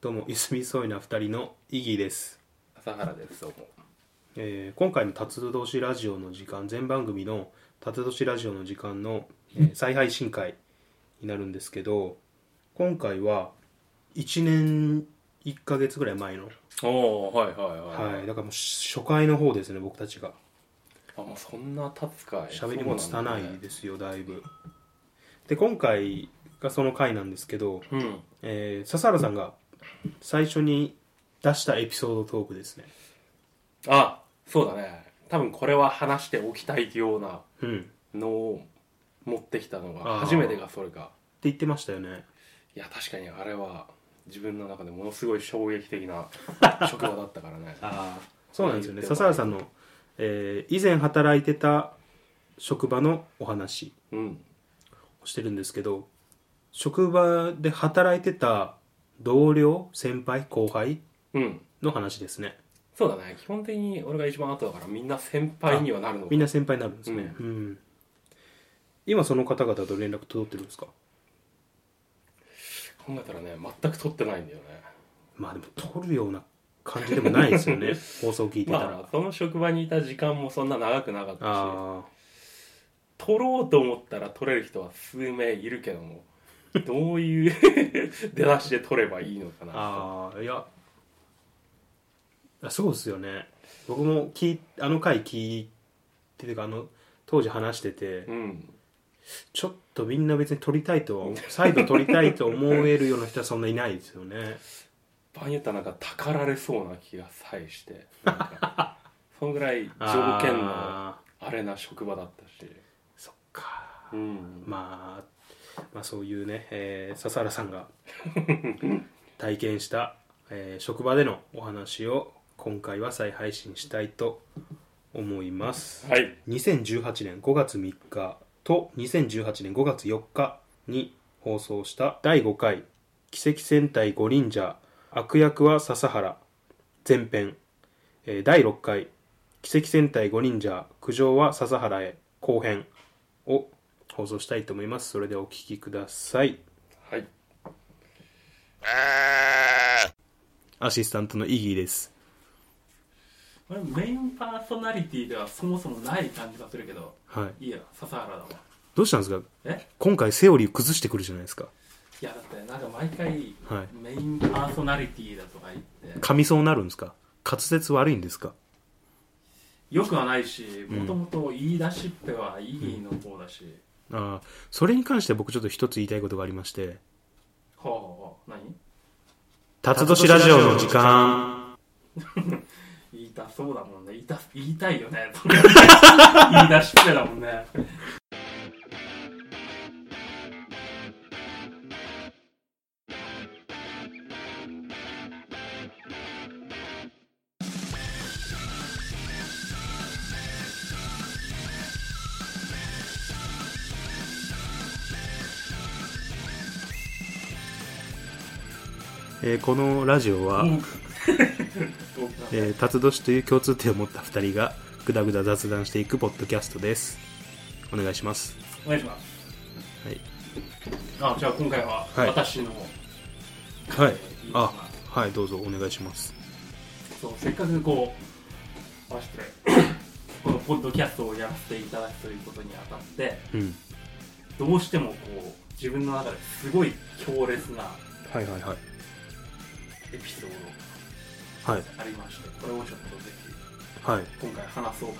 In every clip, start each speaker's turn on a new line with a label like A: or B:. A: どうもいすみそういな二人のイギーです、
B: 朝原ですどうも
A: えー今回の「辰年ラジオ」の時間全番組の「辰年ラジオ」の時間の、えー再配信会になるんですけど今回は1年1ヶ月ぐらい前の、
B: おおはいはいはい、
A: はい、だからもう初回の方ですね僕たちが
B: あもうそんな経つかい
A: 喋りもつたな
B: そ
A: い
B: うなんだね
A: ですよだいぶで今回がその回なんですけど、
B: うん
A: えー笹原さんが最初に出したエピソードトークですね
B: あそうだね多分これは話しておきたいような
A: うんって
B: のを持ってきたの
A: あ
B: が
A: ー
B: 初めてがそれか
A: 言ってましたよね
B: いや確かにあれは自分の中でものすごい衝撃的 な職場だったからね
A: ああそうなんですよね
B: 言っても
A: 笹原さんの、えー以前働いてた職場のお話
B: うん
A: をしてるんですけど職場で働いてた同僚先輩後輩
B: うん
A: の話ですね
B: そうだね基本的に俺が一番後だからみんな先輩にはなるのか
A: みんな先輩になるんですね、
B: う
A: うん今その方々と連絡取ってるんですか
B: 考えたらね全く取ってないんだよね
A: まあでも取るような感じでもないですよね 放送聞いてたら、
B: まあその職場にいた時間もそんな長くなかったし
A: あ
B: 取ろうと思ったら取れる人は数名いるけどもどういう 出だしで取ればいいのか
A: ー
B: な
A: あーいやあそうですよね僕も聞いあの回聞いててかあの当時話してて
B: うん
A: ちょっとみんな別に取りたいとは再度取りたいと思えるような人はそんないないですよね
B: 場合によってはなんかたかられそうな気がさえ してなんかそのぐら い条件のあ
A: あ
B: れな職場だったし
A: ーそっか
B: うん
A: まあ、まあそういうね、えー笹原さん が体験した、えー職場でのお話を今回は再配信したいと思います
B: はい
A: 2018年5月3日と2018年5月4日に放送した第5回「奇跡戦隊五輪者悪役は笹原」前編、えー第6回「奇跡戦隊五輪者苦情は笹原へ」後編を放送したいと思いますそれでお聞きください
B: はい
A: アシスタントのイギーです
C: 俺メインパーソナリティではそもそもない感じがするけど
A: はい
C: いいや笹原だわ
A: どうしたんですか
C: え
A: 今回セオリー崩してくるじゃないですか
C: いやだってなんか毎回
A: はい
C: メインパーソナリティだとか言って
A: 噛みそうになるんですか滑舌悪いんですか
C: よくはないし
A: ん
C: もともと言い出しっぺはイギーの方だし、
A: ああそれに関して僕ちょっと一つ言いたいことがありまして
C: ほうほうほう何
A: 「辰年ラジオ」の時間
C: 言いたそうだもんね言いた言いたいよ ね言い出しっぺだもんね
A: えーこのラジオは、 えー辰年という共通点を持った2人がぐだぐだ雑談していくポッドキャストですお願いします
C: お願いします
A: はい
C: あじゃあ今回は
A: はい
C: 私の、
A: はい
C: いいかな
A: あはいどうぞお願いします
C: そうせっかくこうあ 失礼このポッドキャストをやらせていただくということにあたって
A: うん
C: どうしてもこう自分の中ですごい強烈な
A: はいはいはい
C: エピソー
A: はい
C: ドがありましてこれをちょっとぜ
A: はい
C: ひ今回話そうか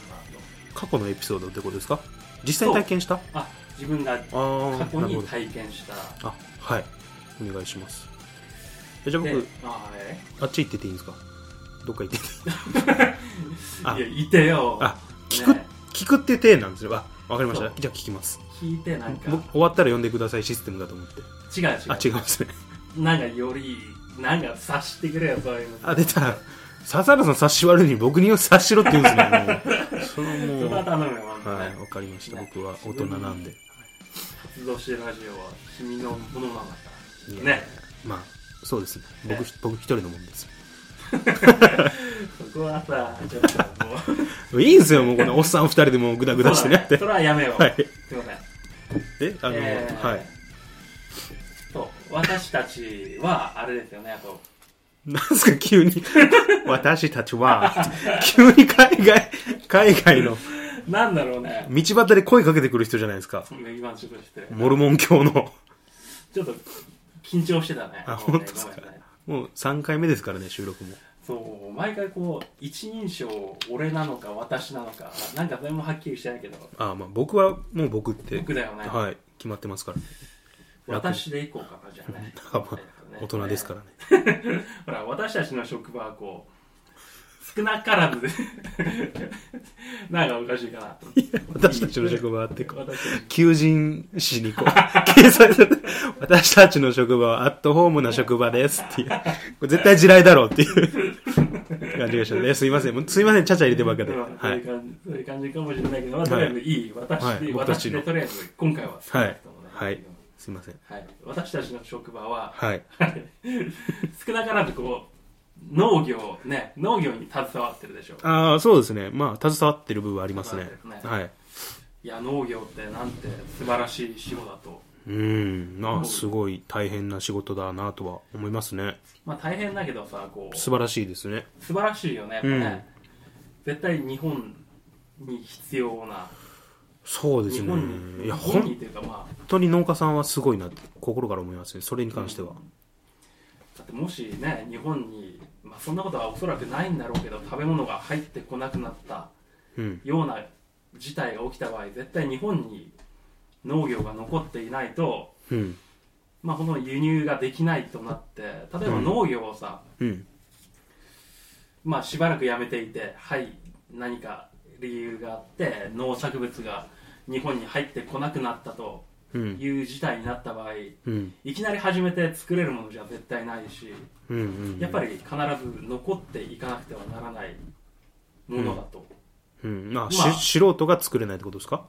A: 過去のエピソードってことですか実際体験したあ
C: なとあ自分が
A: あ
C: 過
A: ー
C: 去
A: なるほ
C: に
A: ど
C: 体験した
A: あはいお願いしますえじゃあ
C: で
A: 僕
C: あえ
A: あっち行ってていいんですかどっか行っててあ
C: いやいてよ
A: あ聞く
C: ね
A: 聞くって体なんですよあわかりました
C: そう
A: じゃあ聞きます
C: 聞いてなんか
A: 僕終わったら呼んでくださいシステムだと思って
C: 違う違う
A: あ違いますね
C: なんかよりなんか察してくれよそういうの
A: あ出た笹原さん察し悪いのに僕に察しろって言うんです ねもうそれ
C: そ
A: も
C: れ
A: う
C: は頼むよ本当ね
A: はいわかりました
C: ね
A: 僕は大人なんで
C: 活動してるラジオは君のものなんだから
A: いや
C: ね
A: まあそうですね僕
C: ね
A: 僕一人のもんです
C: そこはさちょっとも う
A: いいんですよもうこのおっさん二人でもうグダグダしてねって
C: それはやめよう、
A: はい
C: すいません
A: えあの
C: えー
A: はい
C: そう私たちはあれですよねあと
A: なんすか急に 私たちは急に海外海外の
C: なんだろうね。
A: 道端で声かけてくる人じゃないですか
C: 今ちょっとして。
A: モルモン教の
C: ちょっと緊張してたね。
A: あ
C: ごめん
A: 本
C: ね
A: 当ですか
C: ごめんね
A: もう3回目ですからね収録も
C: そう、毎回こう、一人称、俺なのか私なのか、なんかそれもはっきりしてないけど、
A: ああまあ僕はもう僕って
C: 僕だよね。
A: はい決まってますから
C: 私でいこうかな、じゃあね。。
A: あまあ大人ですかららね
C: ほら、私たちの職場はこう、少なからず、 なんかおかしいかなと思って。
A: 私たちの職場はあ ってこう
C: 私たち
A: 求人誌にこう掲載されて私たちの職場はアットホームな職場ですっていうこれ絶対地雷だろうっていう感じがしたねすいませんもうすいませんちゃちゃ入れてばっかで、
C: うんそう、
A: はいいう
C: 感じそういう感じかもしれないけど、まあとりあえずいい、
A: は
C: 私
A: い
C: で、
A: 僕たち
C: 私
A: の
C: でとりあえず、今回は少なくともね、
A: はいすいません
C: はい私たちの職場は、
A: はい
C: はい少なからずこう農業ね農業に携わってるでしょ
A: ああそうですねまあ携わってる部分はありますね
C: 携わってるね
A: はい
C: いや農業ってなんて素晴らしい仕事だと
A: うんまあすごい大変な仕事だなとは思いますね
C: まあ大変だけどさこう
A: 素晴らしいですね
C: 素晴らしいよねやっぱね、絶対日本に必要な
A: そうです
C: 日
A: ね
C: 本に
A: いや
C: 日本に
A: 本
C: というかまあ
A: 当に農家さんはすごいなって心から思いますねそれに関しては、
C: だってもしね日本にまあそんなことはおそらくないんだろうけど食べ物が入ってこなくなった
A: うん、
C: ような事態が起きた場合絶対日本に農業が残っていないと
A: うん
C: まあ、この輸入ができないとなって例えば
A: うん
C: 農業をさ、
A: うん
C: まあ、しばらくやめていてはい何か理由があって農作物が日本に入ってこなくなったと
A: うん
C: いう事態になった場合
A: うん
C: いきなり始めて作れるものじゃ絶対ないし
A: うんうん
C: やっぱり必ず残っていかなくてはならないものだと、
A: うん、まあ、
C: まあ
A: し素人が作れないってことですか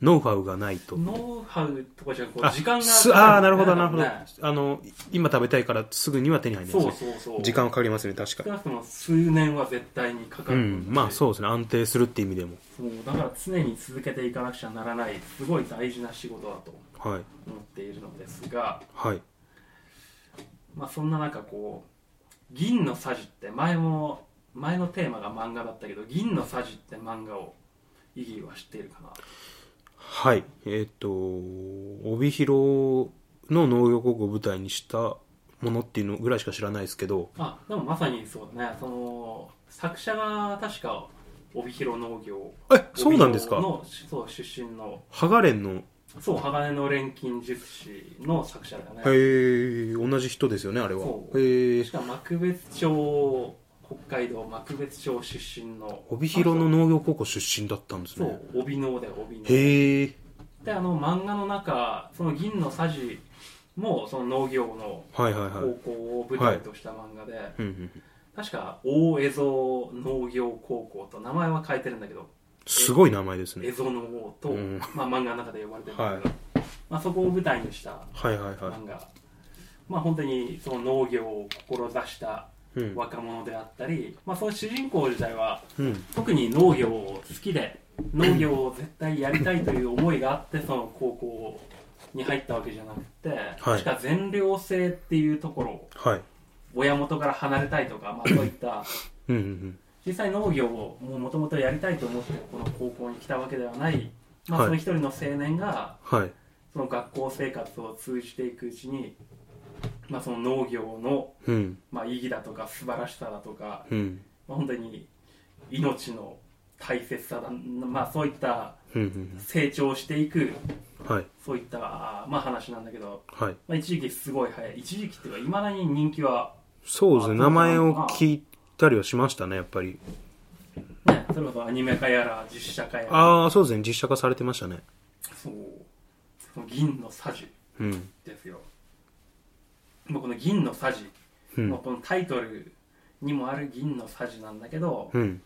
A: ノウハウがないと。
C: ノウハウとかじゃなくこ
A: あ
C: う時間が
A: すあーなるほど、なるほど。
C: ね
A: あの、今食べたいからすぐには手に入らない
C: そ
A: で
C: う
A: すね。
C: そうそう
A: 時間はかかりますね、確
C: 少
A: か。
C: なくとも数年は絶対にかか
A: う
C: ると思
A: ん、まあそうですね、安定するって意味でも。
C: そうだから常に続けていかなくちゃならないすごい大事な仕事だと
A: はい、
C: 思っているのですが、
A: はい。
C: まあ、そんな中こう「銀のさじ」って前も前のテーマが漫画だったけど「銀のさじ」って漫画をイギーは知っているかな
A: はい、えっ、と、帯広の農業高校を舞台にしたものっていうのぐらいしか知らないですけど、
C: あでもまさにそうだねその作者が確か帯広農業
A: え、そうなんです
C: 帯
A: か
C: 広のしそう出身の
A: ハガレンの、
C: そう鋼の錬金術師の作者だよね
A: へえ同じ人ですよね、あれは
C: そ。う
A: へえ
C: しかも幕別町北海道幕別町出身の
A: 帯広の農業高校出身だったんです
C: そ
A: ね
C: う。帯ので帯の
A: へえ
C: であの漫画の中その銀のさじもその農業の
A: はいはいはい。
C: 高校を舞台とした漫画で、
A: うんうん、
C: 確か大蝦夷農業高校と名前は変えてるんだけど
A: すごい名前ですね。
C: 蝦夷の王と、
A: うん
C: まあ、漫画の中で呼ばれてるんだけど、
A: は
C: まあ、そこを舞台にした
A: はいはいは
C: 漫画、まあ本当にその農業を志した
A: い。うん。
C: 若者であったり、まあ、その主人公自体は
A: うん。
C: 特に農業を好きで農業を絶対やりたいという思いがあってその高校に入ったわけじゃなくて、
A: はい
C: しか全寮制っていうところを
A: はい。
C: 親元から離れたいとか、まあ、そういった
A: うんうん
C: 実際農業をもともとやりたいと思ってこの高校に来たわけではない、まあ、
A: はい
C: その一人の青年が
A: うん。はい。
C: その学校生活を通じていくうちに、まあ、その農業の、
A: うん。
C: まあ、意義だとか素晴らしさだとか
A: うん。
C: まあ本当に命の大切さだ、まあ、そういった
A: うんうん
C: 成長していく
A: うん。はい。
C: そういった、まあ、話なんだけど、
A: はい。
C: まあ、一時期すごい早い一時期っていうかいまだに人気は、
A: そうですね。
C: あ
A: 名前を聞いたりはしましたね、やっぱり。
C: ね、それこそアニメ化やら実写化やら
A: ああ、そうですね。実写化されてましたね。
C: そうその銀のさじ
A: うん。
C: ですよ、まあ、この銀のさじ、
A: う
C: まあ、
A: ん。
C: このタイトルにもある銀のさじなんだけど、
A: うん。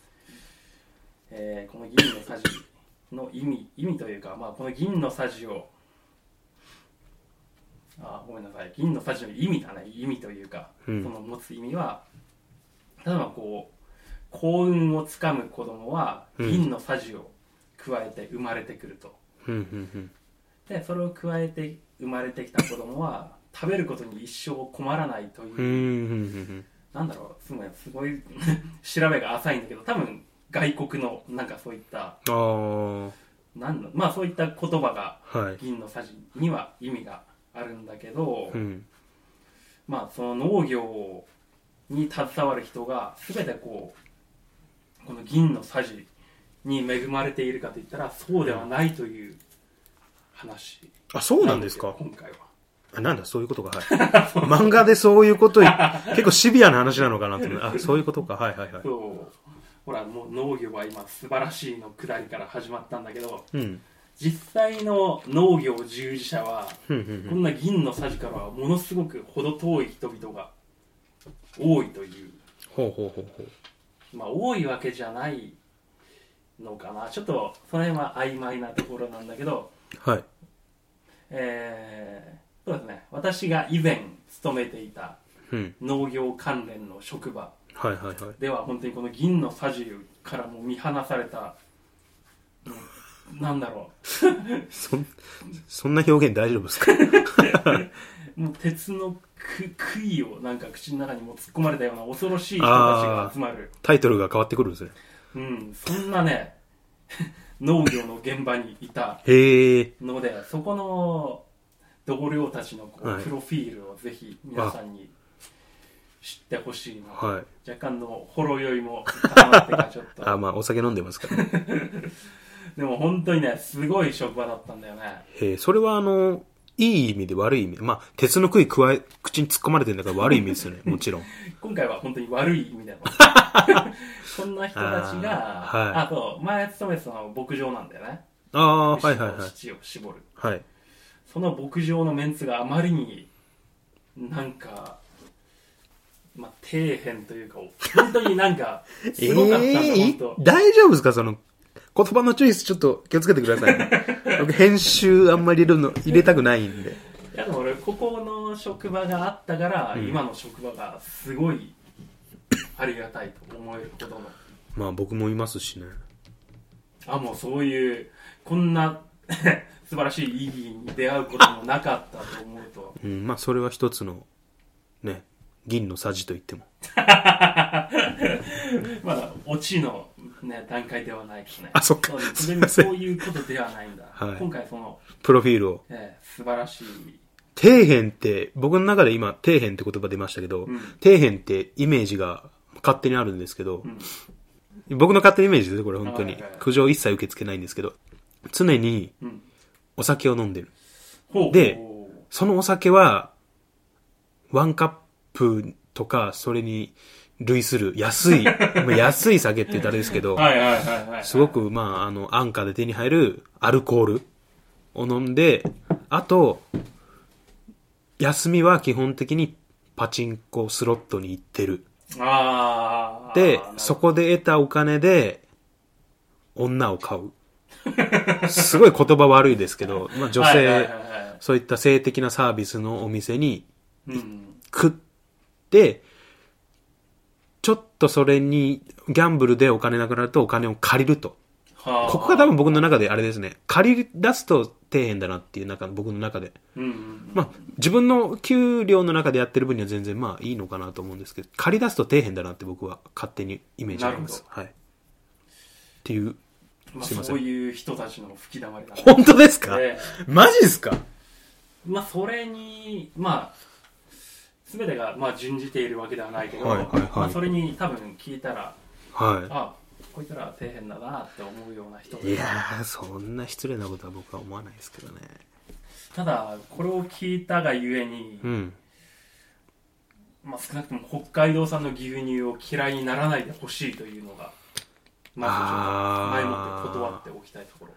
C: えーこの銀のさじの意味意味というか、まあ、この銀のさじをあごめんなさい銀のさじの意味だね意味というか、
A: うん
C: その持つ意味は例えばこう幸運をつかむ子供は
A: うん
C: 銀のさじを加えて生まれてくると、
A: うん。うん。
C: でそれを加えて生まれてきた子供は食べることに一生困らないとい
A: う
C: う、
A: ん。うん。うん。
C: なんだろうすごいすごい 調べが浅いんだけど多分外国のなんかそういった
A: ああ
C: なんのまあそういった言葉が
A: はい
C: 銀のさじには意味があるんだけど、
A: うん
C: まあその農業に携わる人が全てこうこの銀のさじに恵まれているかといったらそうではないという話
A: あそうなんですか
C: 今回は
A: あなんだそういうことかはい漫画でそういうこと言結構シビアな話なのかなって思うあそういうことかはいはいはい
C: そうほらもう農業は今素晴らしいの下りから始まったんだけど
A: うん
C: 実際の農業従事者は
A: うんうん
C: こんな銀のさじからはものすごく程遠い人々が多いという
A: ほうほうほうほう
C: まあ多いわけじゃないのかなちょっとその辺は曖昧なところなんだけど
A: はい
C: えー、そうですね私が以前勤めていた
A: うん
C: 農業関連の職場
A: はいはいはい
C: では本当にこの銀のさじからも見放されたうんなんだろ
A: そんそんな表現大丈夫ですか
C: うもう鉄のく杭をなんか口の中にも突っ込まれたような恐ろしい人たちが集まる
A: タイトルが変わってくるんですね
C: うんそんなね 農業の現場にいた
A: へえ
C: のでそこの同僚たちのこう、
A: はい
C: プロフィールをぜひ皆さんに知ってほしいな、
A: はい
C: 若干のほろ酔いも高まってかちょっと
A: あまあお酒飲んでますからね
C: でも本当にねすごい職場だったんだよね
A: へえそれはあのいい意味で悪い意味まあ鉄の杭くわえ口に突っ込まれてるんだから悪い意味ですよねもちろん
C: 今回は本当に悪い意味 だよそんな人たちが
A: あーはい
C: あと前勤めてたのは牧場なんだよね
A: ああはいはいは
C: 牛の
A: い
C: 乳を絞る
A: はい
C: その牧場のメンツがあまりになんか、まあ、底辺というか本当にな んかすごかったんだ、
A: ええ
C: 本当
A: 大丈夫ですかその、言葉のチョイスちょっと気をつけてください、ね。僕編集あんまり入れるの入れたくないんで。
C: いやでも俺ここの職場があったから、
A: うん
C: 今の職場がすごいありがたいと思えるほどの
A: まあ僕もいますしね。
C: あもうそういうこんな 素晴らしい意義に出会うこともなかったと思うと
A: うん、まあそれは一つの、ね、銀のさじと言っても。
C: まだオチの、ね、段階ではないですね
A: あそっか
C: そうです
A: すい
C: 全
A: ま
C: 然
A: せん
C: そういうことではないんだ、
A: はい
C: 今回その、
A: プロフィールを。
C: えー素晴らしい
A: 底辺って、僕の中で今、底辺って言葉出ましたけど、
C: うん
A: 底辺ってイメージが勝手にあるんですけど
C: う、ん
A: 僕の勝手なイメージですよこれ本当に
C: はいはいはい。
A: 苦情一切受け付けないんですけど、常に
C: うん
A: お酒を飲んでる。
C: ほう
A: で
C: ほう
A: そのお酒は、ワンカップとか、それに類する 安い、まあ安い酒って言ったらあれですけど、
C: はいはいはいはい
A: すごく、まあ、あの、安価で手に入るアルコールを飲んで、あと、休みは基本的にパチンコスロットに行ってる。
C: ああ
A: で、そこで得たお金で、女を買う。すごい言葉悪いですけ ど、まあ女性、
C: はいはいはいはい
A: そういった性的なサービスのお店に
C: うん
A: 食って、ちょっとそれに、ギャンブルでお金なくなるとお金を借りると。
C: はあ
A: ここが多分僕の中であれですね。借り出すと底辺だなっていう中の僕の中で。
C: うんうんうん
A: まあ、自分の給料の中でやってる分には全然まあいいのかなと思うんですけど、借り出すと底辺だなって僕は勝手にイメージあります。はい。っていう。
C: まあ
A: すいません
C: そういう人たちの吹き溜まりだね
A: 本当ですか
C: で
A: マジですか
C: まあそれにまあ全てがまあ準じているわけではないけど、
A: はいはいはい
C: まあ、それに多分聞いたら
A: は
C: あこいつらは底辺だなって思うような人
A: い。いやー、そんな失礼なことは僕は思わないですけどね。
C: ただこれを聞いたがゆえに、
A: うん。
C: まあ、少なくとも北海道産の牛乳を嫌いにならないでほしいというのがまずちょっと前もって断っておきたいところ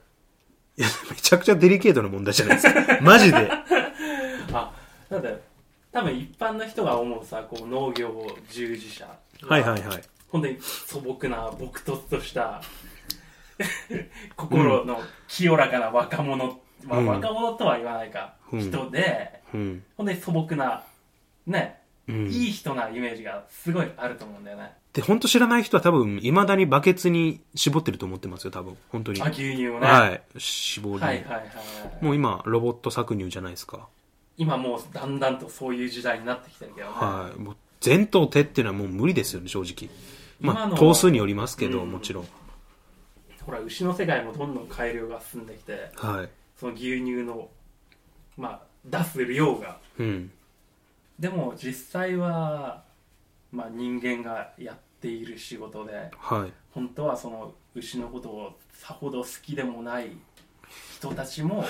A: いや、めちゃくちゃデリケートな問題じゃないですか。マ ジで。
C: あだって多分一般の人が思うさこう農業従事者
A: はいはいはい。
C: 本当に素朴な朴突とした 心の清らかな若者、まあ
A: うん
C: 若者とは言わないか、
A: うん
C: 人で
A: うん。
C: 本当に素朴なね、
A: うん。
C: いい人なイメージがすごいあると思うんだよね
A: で、本当知らない人は多分、未だにバケツに絞ってると思ってますよ、多分。本当に。
C: あ
A: は
C: 牛乳をね、
A: い。絞り。
C: はいはいはい
A: もう今、ロボット搾乳じゃないですか。
C: 今もうだんだんとそういう時代になってきてるけどね、
A: はい。もう全投手っていうのはもう無理ですよね正直
C: 今
A: ま
C: の
A: あ
C: は
A: 投数によりますけど、
C: うん
A: もちろん
C: ほら牛の世界もどんどん改良が進んできて
A: はい
C: その牛乳のまあ出す量が
A: うん
C: でも実際は、まあ、人間がやっている仕事で
A: はい
C: 本当はその牛のことをさほど好きでもない人た ちも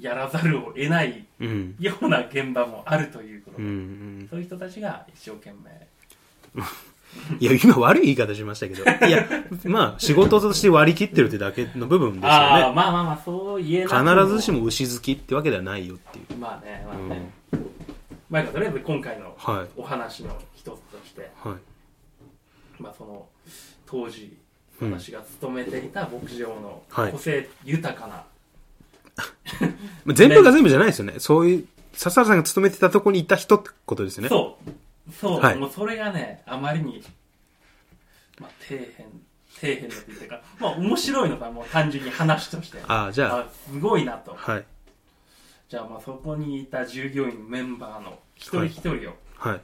C: やらざるを得ない
A: うん
C: ような現場もあるということ
A: う
C: で、
A: ん
C: そういう人たちが一生懸命
A: うん、いや今悪い言い方しましたけ どいやまあ仕事として割り切ってるってだけの部分ですよ
C: ああ
A: ね
C: まあまあまあそう言えない
A: 必ずしも牛好きってわけではないよっていう
C: まあねまあね、まあとりあえず今回の
A: はい
C: お話の一つとして、
A: はい
C: まあ、その当時
A: うん
C: 私が勤めていた牧場の
A: はい
C: 個性豊かな、
A: まあ全部が全部じゃないですよねそういう笹原さんが勤めてたとこにいた人ってことですよね
C: そうそう、
A: はい
C: もうそれがねあまりに、まあ、底辺底辺だって言ったかまあ面白いのがもう単純に話として
A: ああじゃ
C: あすごいなと
A: あはい
C: じゃあまあそこにいた従業員メンバーの一人一人を、
A: はい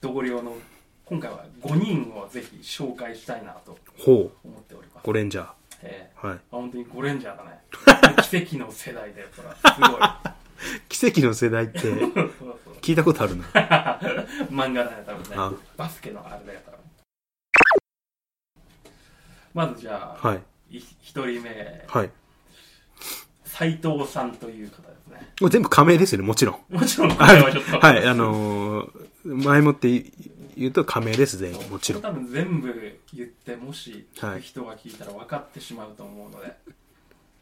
C: 同僚の今回は5人をぜひ紹介したいなと
A: ほう
C: 思っております、
A: ゴレンジャー
C: ええ
A: はい
C: あ本当にゴレンジャー だね奇跡の世代でほらすごい
A: 奇跡の世代っ て
C: そうそう
A: 聞いたことあるな
C: 漫画だね多分ね
A: あ
C: バスケのあれだよ多分まずじゃあ
A: はい
C: い一人目
A: はい
C: 斎藤さんという方ですね
A: もう全部仮名ですよねもちろん
C: もちろん今
A: はい
C: 回はちょっと、
A: はいあのー前もって言うと仮名です全員もちろん
C: 多分全部言ってもし
A: はい
C: 人が聞いたら分かってしまうと思うので、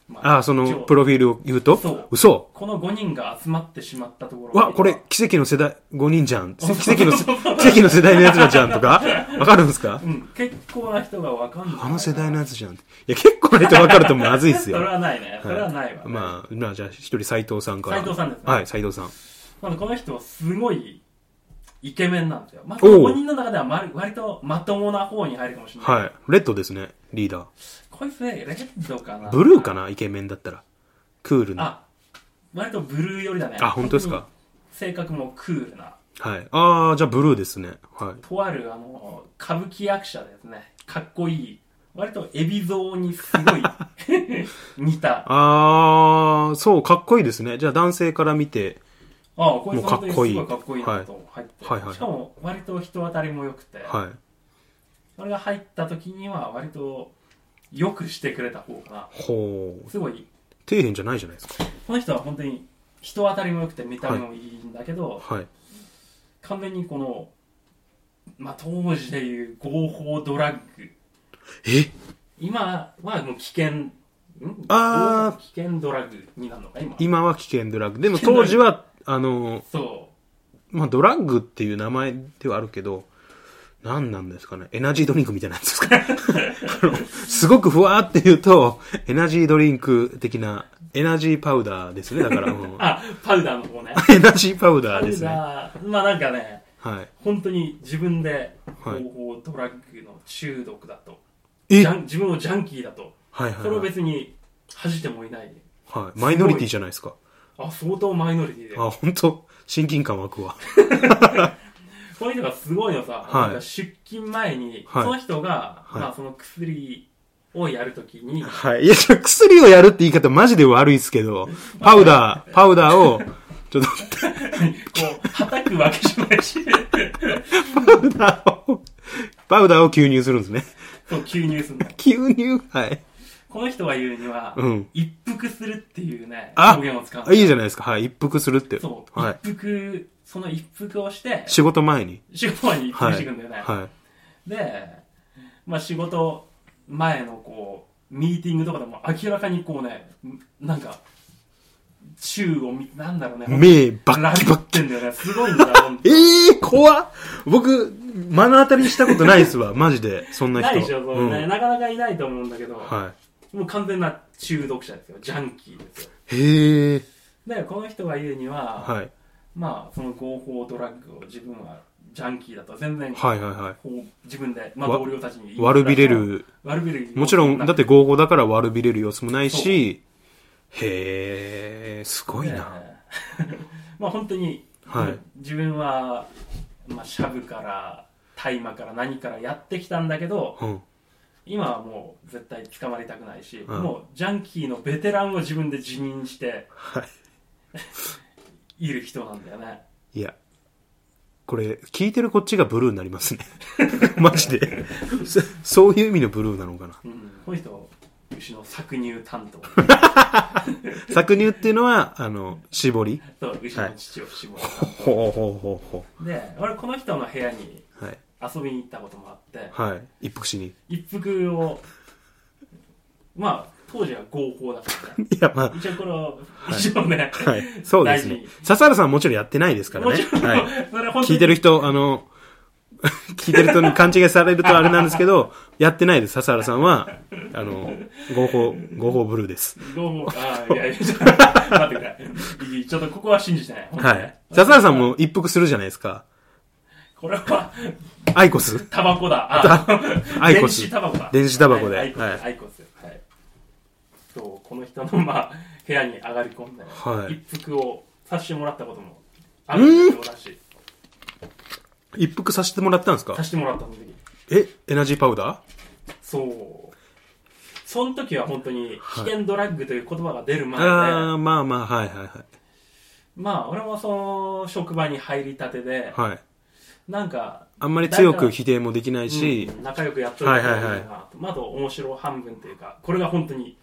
C: ま
A: ああそ
C: 一
A: の
C: 応
A: プロフィールを言うと
C: そう
A: 嘘
C: この5人が集まってしまったところ
A: わこれ奇跡の世代5人じゃん奇
C: そう
A: 跡のせ奇跡の世代のやつらじゃんと かわかるんですか
C: うん結構な人が分かんない
A: あの世代のやつじゃんいや結構な人わかるとまずいっす
C: そ
A: よ
C: れはないね、それはないわ、
A: まあ、まあ、じゃあ一人斎藤さんから
C: 斉藤さんですね
A: はい斉藤さん
C: まあ、この人はすごいイケメンなんですよ。まあ、
A: おう
C: 5人の中ではまる割とまともな方に入るかもしれない。
A: はいレッドですねリーダ
C: こいつね、レッドかな。
A: ーブルーかなイケメンだったらクールな
C: あ、割とブルー寄りだね。
A: あ本当ですか。
C: 性格もクールな。
A: はいああじゃあブルーですねはい
C: とある、あの、歌舞伎役者ですね。かっこいい。割とエビゾにす ごい似た。
A: あー、そう、かっこいいですね。じゃあ男性から見て、
C: ああ、こいつ
A: もうか
C: 本
A: っ
C: 当に
A: こ
C: すご
A: いい
C: いかっこいいなと入って。
A: はいはいはい
C: しかも割と人当たりも良くて、
A: はい。
C: それが入った時には割とよくしてくれた方かな。
A: ほう、
C: すごい
A: 底辺じゃないじゃないですか。
C: この人は本当に人当たりも良くて見た目もいいんだけど、
A: はい。
C: 完全にこの、まあ、当時でいう合法ドラッグ
A: え
C: 今はもう危険ん
A: あー
C: 合法危険ドラッグになるのか今
A: 今は危険ドラッグ。でも当時は、あの、
C: そ
A: まあ、ドラッグっていう名前ではあるけど、何なんですかね。エナジードリンクみたいなやつですか あのすごくふわーって言うと、エナジードリンク的な、エナジーパウダーですね。だから、うん
C: うあパウダーの方ね
A: エナジーパウ
C: パ
A: ダーで
C: ウ
A: すね。
C: ダーまあなんかね
A: はい。
C: 本当に自分で合
A: はい
C: 法ドラッグの中毒だと、
A: え
C: ジャン自分をジャンキーだと
A: はいは
C: そ
A: い
C: れを
A: はい。
C: 別に恥じてもいない
A: はい。マイノリティじゃないですか。
C: あ相当マイノリティで
A: あ、本当親近感湧くわ。
C: この人がすごいのさ、
A: はい
C: なんか出勤前に、
A: はい
C: その人が、
A: はい
C: まあ、その薬をやるときに、
A: はい。いや、ちょ薬をやるって言い方マジで悪いですけど、パウダー、パウダーを、ちょっと、
C: こう、叩くわけじゃないし、
A: パウダーを、パウダーを吸入するんですね。
C: そう、吸入するの。
A: 吸入はい。
C: この人が言うには、
A: うん
C: 一服するっていうね、
A: あ
C: 表現を使う
A: あ
C: の。
A: いいじゃないですか。はい。一服するって。
C: そう、
A: はい。
C: 一服、その一服をして、
A: 仕事前に。
C: 仕事に一服
A: は
C: してい
A: い。
C: くんだよね。
A: は
C: で、まあ、仕事前のこうミーティングとかでも明らかにこうねなんか宙を見なんだろうね
A: い。目、バッキ
C: ラ
A: バ
C: ビ
A: ッ
C: っ
A: キ。
C: てんだよねすごいんだよ
A: ええー、怖っ僕、目の当たりにしたことないですわ。マジで。そんな人。
C: ないでしょ、そううね
A: ん。
C: なかなかいないと思うんだけど、
A: は
C: もう完全な中毒者ですよジャンキーですよ
A: い。へえ。
C: だからこの人が言うには、
A: はい。
C: まあその合法ドラッグを自分はジャンキーだと全然、
A: はいはいは
C: こう自分で、まあ、
A: わ
C: 同僚たちに言
A: い。
C: いづらい
A: 悪びれる。
C: 悪びれる
A: もちろん、
C: な
A: だって合法だから悪びれる様子もないし、へえ、すごいな。
C: ね まあ本当に、
A: はい
C: 自分は、まあ、シャブから大麻から何からやってきたんだけど
A: うん
C: 今はもう絶対捕まりたくないし、
A: うん
C: もうジャンキーのベテランを自分で辞任して
A: はい
C: る人なんだよね
A: いやこれ聞いてるこっちがブルーになりますね マジでそそういう意味のブルーなのかな
C: うんこの人牛の搾乳担 当
A: 搾乳っていうのはあの絞り
C: そう牛の父を絞る、
A: ほうほうほうほ
C: で俺この人の部屋に
A: うはい
C: 遊びに行ったこともあって
A: はい一服しに
C: 一服をまあ当時は合法だからね
A: いやま
C: 一応これを一応ね、
A: あはいそうです
C: 大
A: ね
C: 事に
A: 笹原さんはもちろんやってないですから
C: も
A: ね
C: ちろん、
A: はい
C: それは本当
A: 聞
C: に
A: いてる人、あの、 聞いてる人に勘違いされるとあれなんですけど、やってないです、笹原さんは。あの、合法、合法ブルーです。
C: どうも、あ ーいやいや、ちょっと待ってくれ。いいちょっとここは信じてない。本当
A: は
C: にね
A: い。笹原さん。も一服するじゃないですか。
C: これは、
A: アイコス
C: タバコだ。あ
A: アイコ
C: 電
A: ス
C: 子。タバコだ。
A: 電子タバコで
C: はいアイコス
A: はい
C: アイコス。はい。と、この人の、まあ、部屋に上がり込んで、
A: はい
C: 一服をさしてもらったこともあるんだし、
A: 一服させてもらったんですか
C: さしてもらったその時。
A: え、エナジーパウダ
C: そう。その時は本当に危険ドラッグという言葉が出る
A: ー
C: 前で、
A: あー、まあまあ、はいはいは
C: まあ俺もその職場に入りたてで、
A: い。はい。
C: なんか
A: あんまり強く否定もできないし
C: う、ん仲良くやっとる
A: はいはいはい
C: なまああと面白半分というかこれが本当に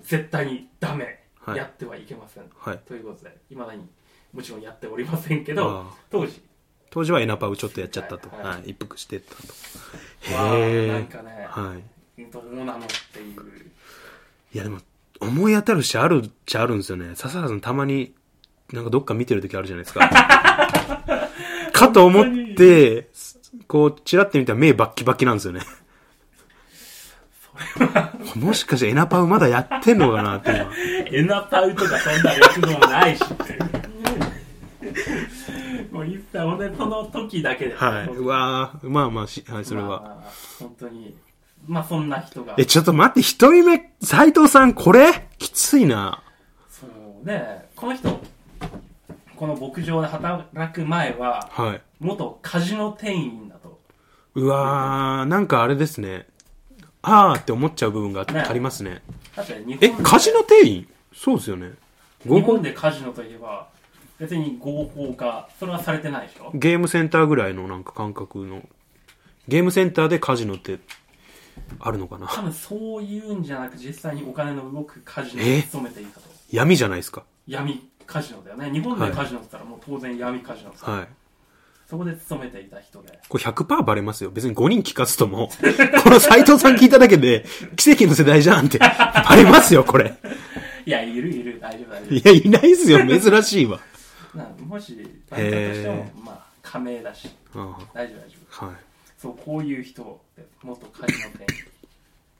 C: 絶対にダメ、
A: はい
C: やってはいけません
A: はい。
C: ということでいまだにもちろんやっておりませんけ
A: あ
C: ど
A: ー
C: 当時
A: 当時はエナパウちょっとやっちゃったと。
C: はいはい
A: はい。一服してたと。
C: は
A: へ
C: なん
A: ー
C: かね
A: はい。
C: どうなのっていう
A: いやでも、思い当たるしあるっちゃあるんですよね。笹原さんたまに、なんかどっか見てる時あるじゃないです か。かと思って、こう、チラって見たら目バッキバキなんですよね。もしかしてエナパウまだやってんのかなって今。
C: エナパウとかそんな躍動もないしもう一切俺その時だけで、
A: はい。
C: ま
A: うわーまあまあし、はい、それ
C: あ
A: は。
C: まあ本当にまあそんな人が
A: え、ちょっと待って、一人目、斎藤さん、これきついな。
C: そうねこの人この牧場で働く前は
A: はい。
C: 元カジノ店員だと
A: うわー、なんかあれですね。あーって思っちゃう部分が
C: ね
A: あありますね。
C: だって日本で
A: え、カジノ店員そうですよね。
C: 日
A: 合コ
C: 本
A: ン
C: でカジノといえば別に合法化それはされてないでしょ
A: ゲームセンターぐらいのなんか感覚の。ゲームセンターでカジノってあるのかな
C: 多分そういうんじゃなく実際にお金の動くカジノ
A: え
C: に勤めていたと
A: 闇じゃないですか。
C: 闇カジノだよね日本でカジノって言ったらもう当然闇カジノさ、
A: はい。
C: そこで勤めていた人で
A: これ100%バレますよ。別に5人聞かずと も、この斎藤さん聞いただけで、奇跡の世代じゃんって、バレますよ、これ。
C: いやいるいる大丈夫大丈
A: いや、いないっす よ、珍しいわ。
C: 夫なもしバレたとしても
A: へ
C: まあ加盟だし
A: うん
C: 大丈夫大丈夫
A: はい。
C: そうこういう人で元カジノ店員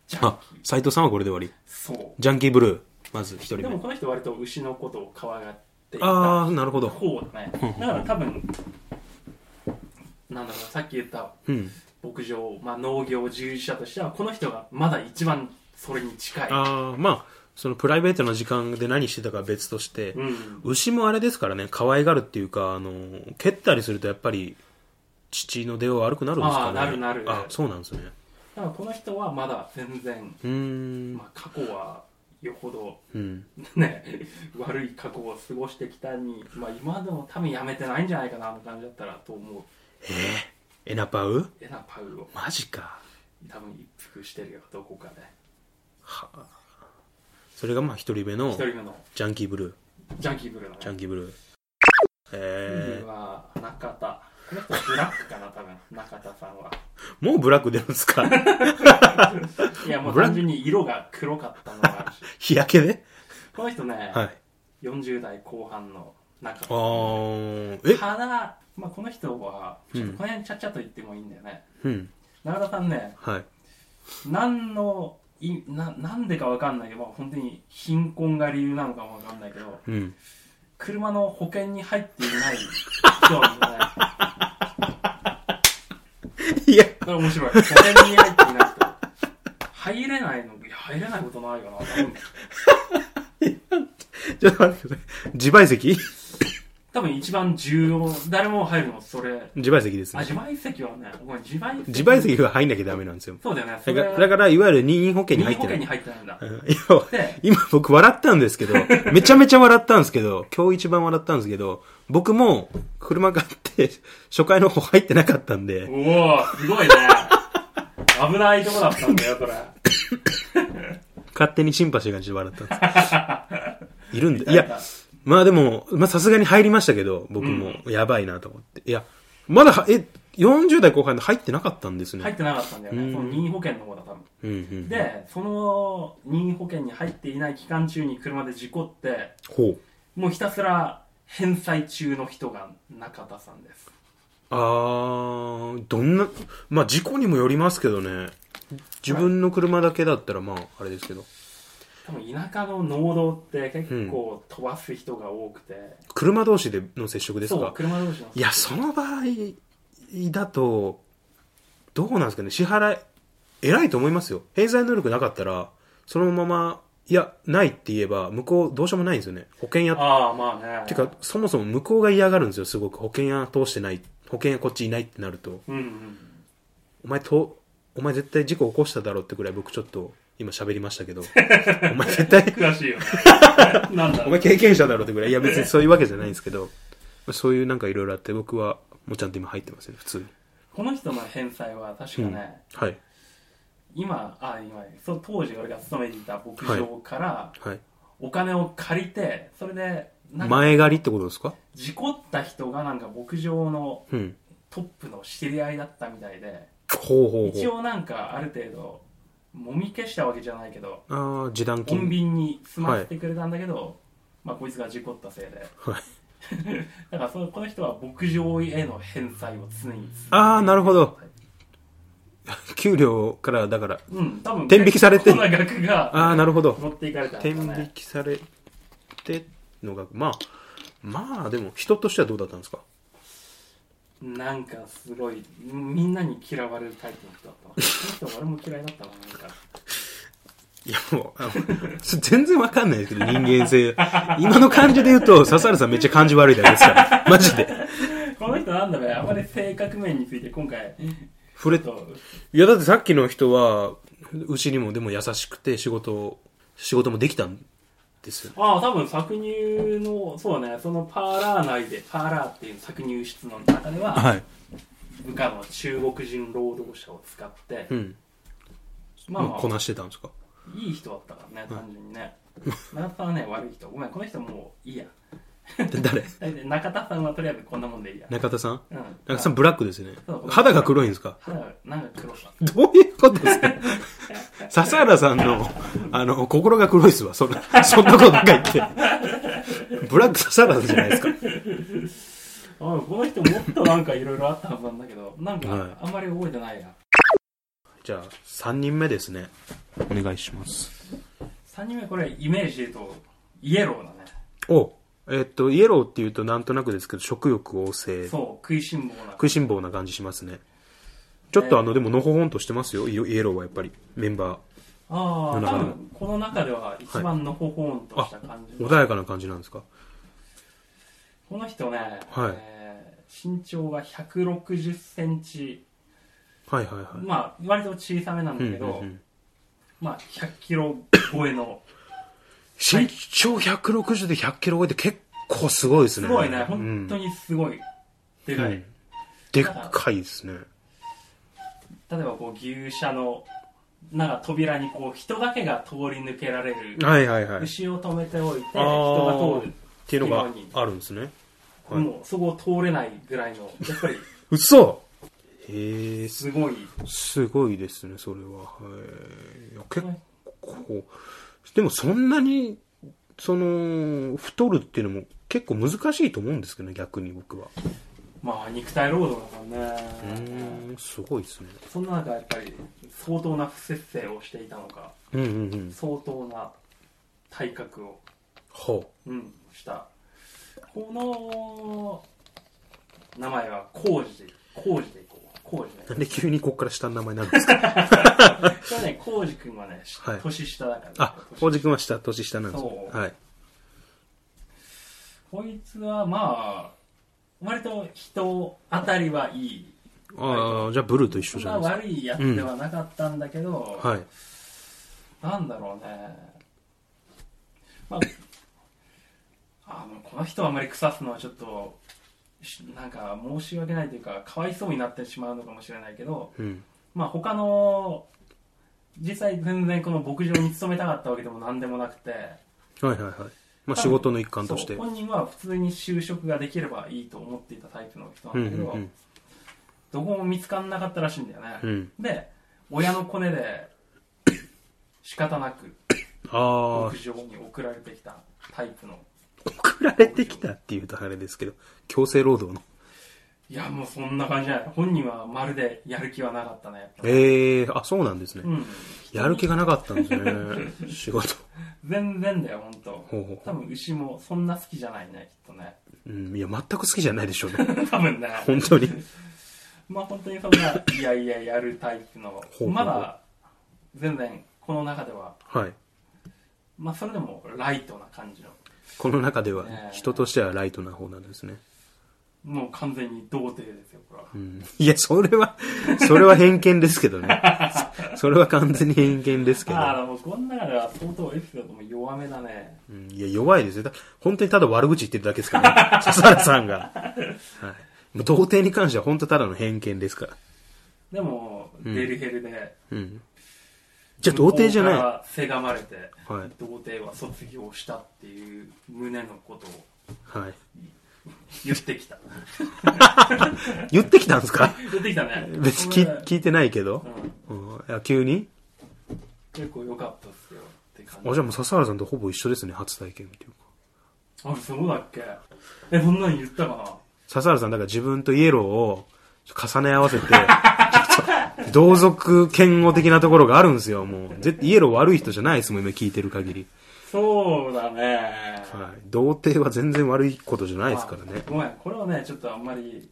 C: ジャ ン
A: あ、斎藤さんはこれで終わり。
C: そ
A: ジャンキーブルー、まず一
C: うで
A: 人
C: も
A: 目。
C: この人割と牛のことを可愛がっていた
A: あー、
C: 方
A: なるほど。
C: だねだから多分なんだろうさっき言った
A: うん。
C: 牧場、まあ、農業従事者としてはこの人がまだ一番それに近い
A: あー、まあ、そのプライベートの時間で何してたかは別として、
C: うん
A: 牛もあれですからね可愛がるっていうかあの蹴ったりするとやっぱり父の出を悪くなるんですかね
C: ああなるなる
A: あそうなんですね
C: だからこの人はまだ全然、
A: うーん、
C: まあ、過去はよほど
A: うん
C: ね悪い過去を過ごしてきたに、まあ、今でも多分やめてないんじゃないかなあの感じだったらと思う
A: エナパウ
C: エナパウを
A: マジか
C: 多分一服してるよどこかで
A: はあそれがまあ一人目
C: 一
A: の
C: 人目の
A: ジャンキーブルー
C: ジャンキーブルーのね
A: ジャンキーブルー
C: 次
A: え
C: は中田この人はブラックかな多分中田さん は
A: ー、もうブラック出るんですか
C: いやもう
A: ブラック
C: 単純に色が黒かったのがあるし
A: 日焼けで
C: この人ね、
A: はい
C: 40代後半の中
A: あ
C: 田
A: ーえ
C: ただ、まあ、この人はちょっとこの辺ちゃっちゃと言ってもいいんだよね、
A: うん
C: 中田さんね
A: はい
C: 何のいななんでかわかんないけど、まあ、本当に貧困が理由なのかもわかんないけど
A: うん
C: 車の保険に入っていない人なんじゃな い
A: いや
C: これ面白い。保険に入っていない人。入れないのいや入れないことないかな。多分
A: ちょっと待ってください自賠責
C: 多分一番重要。誰も入るのそれ
A: 自賠責です
C: あ
A: ね。
C: 自賠責はねごめん自賠責
A: 自賠責が入んなきゃダメなんですよ。
C: そうだよねそ
A: だ
C: れ
A: から、だからいわゆる任意保険に入って
C: 任意保
A: る
C: 険に。入ってないんだ
A: うんいや
C: で
A: 今僕笑ったんですけど、めちゃめちゃ笑ったんですけど、今日一番笑ったんですけど、僕も車買って初回の方入ってなかったんで、
C: おおすごいね危ないとこだったんだよそれ
A: 勝手にシンパシーがちょっと笑ったん です。いるんだ。いや、まあでも、まあさすがに入りましたけど、僕もやばいなと思って。いや、まだは、え、40代後半で入ってなかったんです
C: 入っ
A: ね。
C: てなかったんだよ
A: うん
C: ねその任意保険の方だ多分
A: うんうん。
C: でその任意保険に入っていない期間中に車で事故って
A: ほう。
C: もうひたすら返済中の人が中田さんです
A: あー、どんな、まあ事故にもよりますけどね。自分の車だけだったらまあ、あれですけど。
C: 多分田舎の農道って結構飛ばす人が多くて、
A: 車同士での接触です
C: そう
A: か
C: 車同士の
A: いや、その場合だと、どうなんですかね、支払い、偉いと思いますよ。返済能力なかったら、そのまま、いや、ないって言えば、向こうどうしようもないんですよね。保険やっ
C: ああまあね
A: てか、そもそも向こうが嫌がるんですよ、すごく。保険屋通してない、保険屋こっちいないってなると、
C: うんうん
A: お前と、お前絶対事故起こしただろうってくらい僕ちょっと、今喋りましたけ ど、お前絶対、
C: 悔しいよねなんだ
A: お前経験者だろうってぐらい、いや別にそういうわけじゃないんですけど、まあそういうなんかいろいろあって、僕はもうちゃんと今入ってますね、普通に。
C: この人の返済は確
A: う
C: か
A: ん
C: ね、
A: はい。
C: 今あ今そう当時俺が勤めていた牧場から
A: はい。
C: お金を借りてそれでなんか
A: 前借りってことですか
C: 事故った人がなんか牧場の
A: うん。
C: トップの知り合いだったみたいで
A: ほうほう
C: 一
A: ほう。
C: 応なんかある程度もみ消したわけじゃないけど
A: ああ、示談
C: 穏
A: 金。
C: 便に済ませてくれたんだけど、まあこいつが事故ったせいで、
A: はい
C: だからそうこの人は牧場への返済を常に
A: あーなるほど給料から、だから、
C: うん多分
A: 天引きされて
C: こんな額が
A: ああ、なるほど。
C: 持っていかれたんだ
A: 天
C: ね
A: 引きされてのが、まあ、まあでも、人としてはどうだったんですか
C: なんかすごいみんなに嫌われるタイプの人だったわこの人俺も嫌いだったななんか
A: いやもう、あの全然わかんないですけど、人間性。今の感じで言うと、笹原さんめっちゃ感じ悪いだけですから。マジで。
C: この人なんだろうねあまり性格面について今回
A: 触れ
C: ちょっと
A: いや、だってさっきの人は、牛にもでも優しくて、仕事を、仕事もできたんですよ。
C: ああ多分搾乳のそうねそのパーラー内でパーラーっていう搾乳室の中では
A: はい。
C: 部下の中国人労働者を使って、
A: うん。
C: まあ
A: ま
C: ま
A: あこ
C: あ
A: なしてたんですか
C: いい人だったからね単純にね中田さんはね悪い人ごめんこの人もういいや
A: で誰
C: 大体中田さんはとりあえずこんなもんでいいや
A: 中田さん
C: うん
A: 中田さんブラックですね
C: そう。
A: 肌が黒いんですか
C: 肌がなんか黒さ
A: どういうことですか 笹原さんの、あの、心が黒いっすわ。そんな、そんなことなんか言って。ブラック笹原さんじゃないですか。
C: あこの人もっとなんかいろいろあったはずなんだけどなん
A: はい
C: かあんまり覚えてないや、
A: じゃあ、3人目ですね。お願いします。
C: 3人目これイメージで言うとイエローだね
A: お、えっと、イエローっていうとなんとなくですけど、食欲旺盛。
C: そう食いしん坊な
A: 食いしん坊な感じしますね。ちょっとあの、でものほほんとしてますよ。イイエローはやっぱり、メンバ
C: あ
A: な
C: あ
A: んだ
C: 多
A: かな
C: 分この中では一番のほほんとした感じ
A: ー。
C: の、
A: 穏やかな感じなんですか
C: この人ね、
A: はい
C: えー身長が1 6 0センチ
A: はいはいはい。
C: まあ割と小さめなんだけど、
A: うんうんうん
C: まあ100キロ超えの
A: 身長160で100キロ超えて結構すごいです
C: す
A: ね。
C: ごいね本当
A: に。
C: にすごいでかい、
A: うんでっかいですね。
C: 例えばこう牛舎のなんか扉にこう人だけが通り抜けられる
A: はいはいはい。っ
C: 牛を止めておいて
A: あー
C: 人が通る、
A: ていうのがあるんですね。はい
C: もうそこを通れないぐらいのやっぱり
A: 嘘へえ、す
C: すごい
A: すごいですね、それは。はいいや結構、でもそんなに、その、太るっていうのも結構難しいと思うんですけどね、逆に僕は。
C: まあ肉体労働だからね
A: うーん、すごいですね。
C: そんな中やっぱり相当な不節制をしていたのか
A: うんうんうん。
C: 相当な体格を、
A: ほ
C: うん、したこの名前は工事で工事でいこう工事
A: う。な
C: ね
A: んで急にこっから下の名前なんです か
C: これね工事君はね、し
A: はい
C: 年下だから、ね、
A: あ、
C: 年
A: ほうじくんは下、年下なんですよ
C: そう
A: はい。
C: こいつはまあ割と人当たりはいい
A: ああじゃあブルーと一緒
C: そん
A: じゃ
C: な
A: ないですか
C: 悪いやつではなかったんだけど、
A: はい、
C: なんだろうね、まあ、あのこの人をあまり腐すのはちょっとしなんか申し訳ないというかかわいそうになってしまうのかもしれないけど、
A: うん、
C: まあ、他の実際全然この牧場に勤めたかったわけでも何でもなくて
A: はいはいはいまあ仕事の一環として
C: そう本人は普通に就職ができればいいと思っていたタイプの人
A: う
C: なんんだけど、
A: うん
C: どこも見つからなかったらしいんだよね、
A: うんうん
C: で親のコネで仕方なく
A: ああ
C: 牧場に送られてきたタイプの
A: 送られてきたっていうとあれですけど強制労働の
C: いやもうそんな感じじゃない本人はまるでやる気はなかったねやっぱ
A: ええー、あそうなんですね、
C: うん
A: やる気がなかったんですね仕事、
C: 全然だよ本当
A: ほうほう
C: 多分牛もそんな好きじゃないねきっとね
A: うん、いや全く好きじゃないでしょうね
C: 多分ね
A: 本当に
C: まあ本当にそんないやいややるタイプの
A: ほうほう
C: まだ全然この中では
A: はい
C: まあそれでもライトな感じの
A: この中では
C: ねえ
A: 人としてはライトな方なんですね、
C: もう完全に童貞ですよこれは
A: うん、いやそれはそれは偏見ですけどねそそれは完全に偏見ですけど、
C: ああでもこの中では相当エピソードも弱めだね
A: うん、いや弱いですよだ本当にただ悪口言ってるだけですからね笹原さんが、はい、もう童貞に関しては本当ただの偏見ですから、
C: でも、
A: うん
C: デリヘルで
A: うん、じゃあ童貞じゃない
C: 向こうからせがまれて、
A: はい
C: 童貞は卒業したっていう胸のことを
A: はい
C: 言って きた
A: 言ってきたんですか
C: 言ってきたね
A: 別に聞
C: これ
A: 聞いてないけど、
C: うん、
A: うん、いや急に
C: 結構良かったっすよって感
A: あじゃあもう笹原さんとほぼ一緒ですね初体験っていうか
C: じあそうだっけえそんなに言ったか
A: 笹原さんだから自分とイエローを重ね合わせてちょっと同族嫌悪的なところがあるんですよもう絶対イエロー悪い人じゃないですもん今聞いてる限り、
C: なそうだね
A: はい、童貞は全然悪いことじゃないですからね
C: まあごめんこれはねちょっとあんまり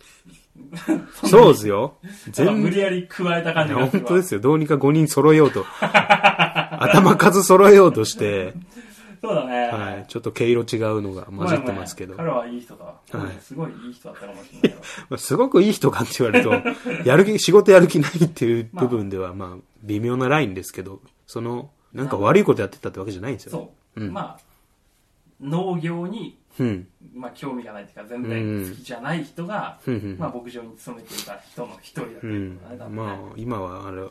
A: そうですよ
C: 全無
A: 全
C: 理
A: 然
C: やり加えた感じがす
A: 本
C: るわ
A: 当ですよどうにか5人揃えようと頭数揃えようとして、
C: そうだね、
A: はい、 ちょっと毛色違うのが混じってますけど
C: ごめんごめん彼はいい人だ、
A: はい
C: すごいいい人だったかもしれないわ
A: まあすごくいい人かって言われると、 やる気、仕事やる気ないっていう部分では、まあ、微妙なラインですけど、その、なんか悪いことやってたってわけじゃないんですよ。
C: そう、
A: うん
C: まあ農業に、
A: うん。
C: まあ、興味がないというか全然好きじゃない人が、
A: うんうん
C: まあ、牧場に勤めていた人の一人だった
A: う
C: よね
A: ん
C: だって。ね
A: まあ、今は、あれ、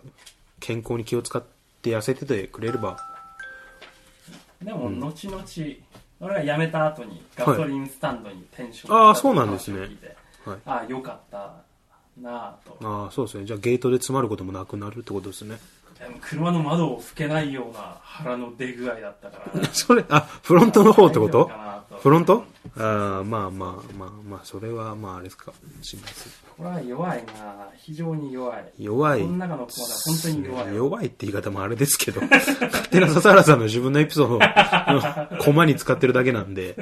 A: 健康に気を使って痩せててくれれば、
C: でも後々、俺が辞めた後にガソリンスタンドに転職した
A: はいああそうなんですね
C: 話を聞いて
A: はい
C: ああよかったなあと
A: ああ、そうですね。じゃあ、ゲートで詰まることもなくなるってことですね。
C: でも車の窓を拭けないような腹の出具合だったから
A: それ、あ、フロントの方ってこ
C: 大丈夫
A: と
C: かなと
A: フロントああ、まあまあまあまあ、それは、まあ、あれですか。します。
C: これは弱いな非常に弱い
A: 弱い
C: こ。の中のコーナー本当に弱いわ
A: 弱いって言い方もあれですけど、 勝手な笹原さんの自分のエピソードをうん、コマに使ってるだけなん で、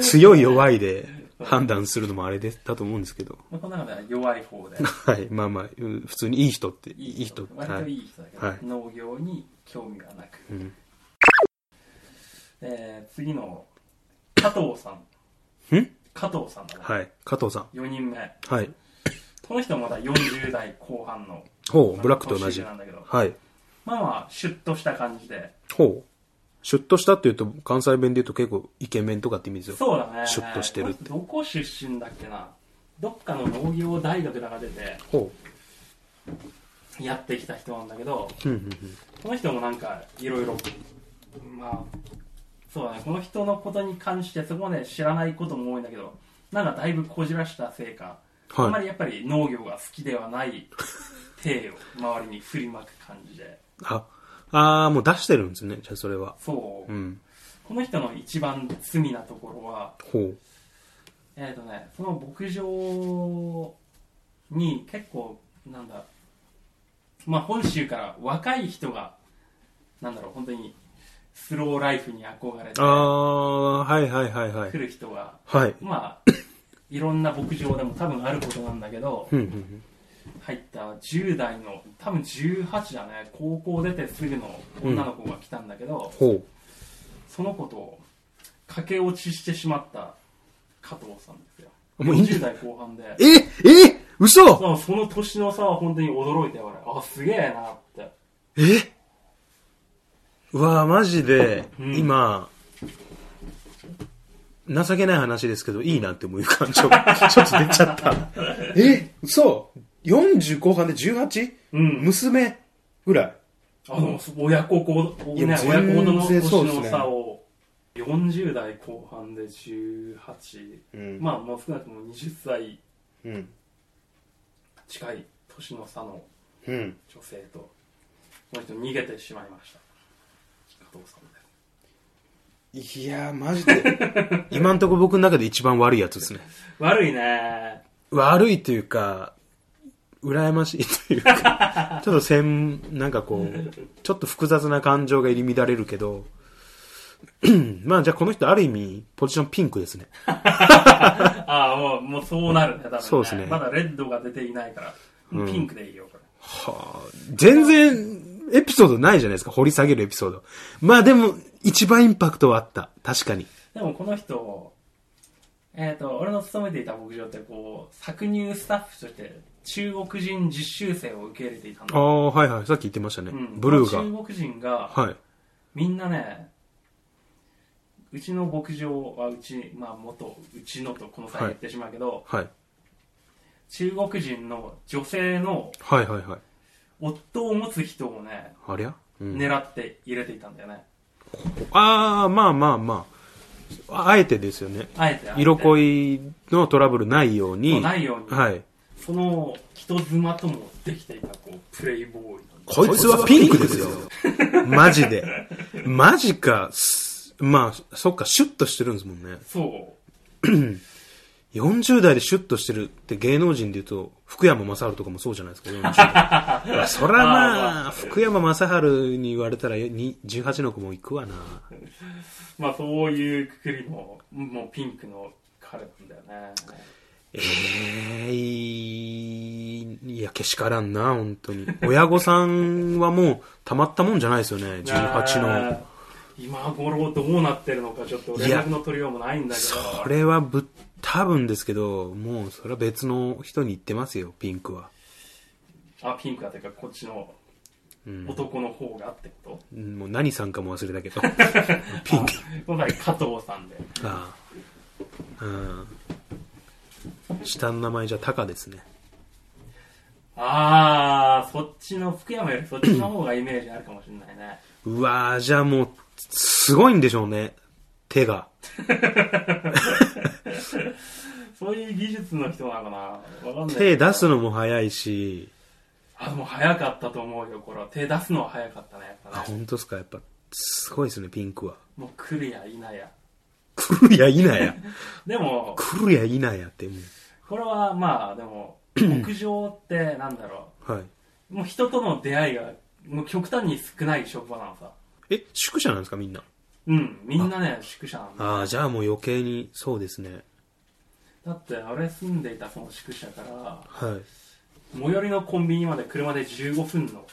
A: 強い弱いで判断するのもあれでだと思うんですけど、
C: まあこの中では弱い方で
A: はい、まあまあ、うん普通にいい人って、いい人、は
C: 割とい
A: い。
C: い人だけど、
A: はい
C: 農業に興味がなく、
A: うん
C: えー次の加藤さん
A: ん
C: 加藤さんだね、
A: はい、加藤さん。
C: 4人目
A: はい。
C: この人もまだ40代後半の
A: ほう、ブラックと同じ
C: 年上。なんだけど
A: はい。
C: まあまあシュッとした感じで
A: ほう。シュッとしたっていうと、関西弁で言うと結構イケメンとかって意味ですよ。
C: そうだね
A: シュッとしてるって
C: どこ出身だっけなどっかの農業大学だか出て
A: ほ
C: やってきた人なんだけど
A: う。うんうん
C: この人もなんかいろいろまあそうだねこの人のことに関してそこまで知らないことも多いんだけどなんかだいぶこじらしたせいか、
A: うん
C: あんま
A: はい。
C: りやっぱり農業が好きではない体を周りに振りまく感じで
A: あ、あー、もう出してるんですね。じゃあ、それは。
C: そう、
A: うん。
C: この人の一番罪なところは
A: ほう。
C: えっ、とねその牧場に結構なんだまあ本州から若い人がなんだろう本当にスローライフに憧れて
A: あー、はいはいはいはい。
C: 来る人が、
A: はい。
C: まあ、いろんな牧場でも多分あることなんだけど、
A: うんうんうん。
C: 入った10代の、多分18だね、高校出てすぐの女の子が来たんだけど、
A: ほう。
C: その子と駆け落ちしてしまった加藤さんですよ。
A: もういいん
C: 40代後半で。
A: ええ嘘
C: そうその年の差は本当に驚いたよ、俺。あ、すげえなって。
A: えうわぁ、マジで、
C: うん
A: 今、情けない話ですけど、いいなって思う感情 がちょっと出ちゃった。え嘘 ?40 後半で 18?
C: うん。
A: 娘ぐらい。
C: あの、親子子、
A: いや
C: ね、親子ほどの
A: 全然
C: 年
A: そうですね
C: の差を、40代後半で18、
A: うん
C: まあ、もう少なくとも20歳
A: うん。
C: 近い年の差の
A: うん。
C: 女性と、この人逃げてしまいました。加藤さんです。
A: いやー、マジで。 今んとこ僕の中で一番悪いやつですね。
C: 悪いね
A: 悪いというか、羨ましいというか、 ちょっとせん、なんかこう、ちょっと複雑な感情が入り乱れるけど、 まあじゃあこの人ある意味、ポジションピンクですね。
C: ああ、もう、もうそうなるね、多分、ね。
A: そうですね
C: まだレッドが出ていないから、
A: うん
C: ピンクでいいよ、これ。
A: はあ、全然、エピソードないじゃないですか、掘り下げるエピソード。まあでも、一番インパクトはあった。確かに。
C: でもこの人、えっ、と、俺の勤めていた牧場って、こう、搾乳スタッフとして、中国人実習生を受け入れていたん
A: あ
C: だ。
A: あ、はいはい、さっき言ってましたね。
C: うん
A: ブルーが。
C: 中国人が、
A: はい。
C: みんなね、うちの牧場はうち、まあ元、うちのとこの際言ってしまうけど、
A: はい。
C: 中国人の女性の
A: はいはいはい。
C: 夫を持つ人をね、
A: ありゃ、うん
C: 狙って入れていたんだよね。
A: ああ、まあまあまあ。あえてですよね。
C: あえてあえて。
A: 色恋のトラブルないよう
C: そ
A: に。
C: うないように、
A: はい。
C: その人妻ともできていた、こう、プレイボーイの。
A: こいつはピンクですよ。 マジで。マジか。すまあ、そっか、シュッとしてるんですもんね。
C: そう。
A: 40代でシュッとしてるって芸能人で言うと、福山雅治とかもそうじゃないですか、40代 まあそらまあ、福山雅治に言われたらに18の子も行くわな。
C: まあそういうくくりの、もうピンクの彼なんだよね。
A: ええいいいや、けしからんな、本当に。親御さんはもう、たまったもんじゃないですよね、18の。
C: あー。今頃どうなってるのかちょっと連絡の取りようもないんだけ
A: そ
C: ど。
A: れはぶっ多分ですけどもうそれは別の人に言ってますよピンクは、
C: あ、ピンクだというかこっちの
A: うん、
C: 男の方がってこ
A: もう何さんかも忘れたけど
C: と
A: ピンク
C: あ今回加藤さんで。
A: ああうん下の名前じゃタカですね
C: あー、そっちの、福山よりそっちの方がイメージあるかもしれないね。
A: うわーじゃあもうすごいんでしょうね手が
C: そういう技術の人なのかなわかんない。
A: 手出す。のも早いし
C: あ、でも早かったと思うよ、これは。手出すのは早かったね、やっ
A: あ
C: ぱね。
A: 本当ですかやっぱすごいですねピンクは
C: もう来るや、いなや。
A: 来るやいなや
C: でも、
A: 来るやいなやっても
C: これはまあで も牧場ってなんだろ
A: うはいう
C: もう人との出会いがもう極端に少ない職場なのさ
A: え宿舎なんですかみんな
C: うんみんなね宿舎なんだ
A: ああじゃあもう余計にそうですね
C: だって俺住んでいたその宿舎から
A: はい
C: 最寄りのコンビニまで車で15分の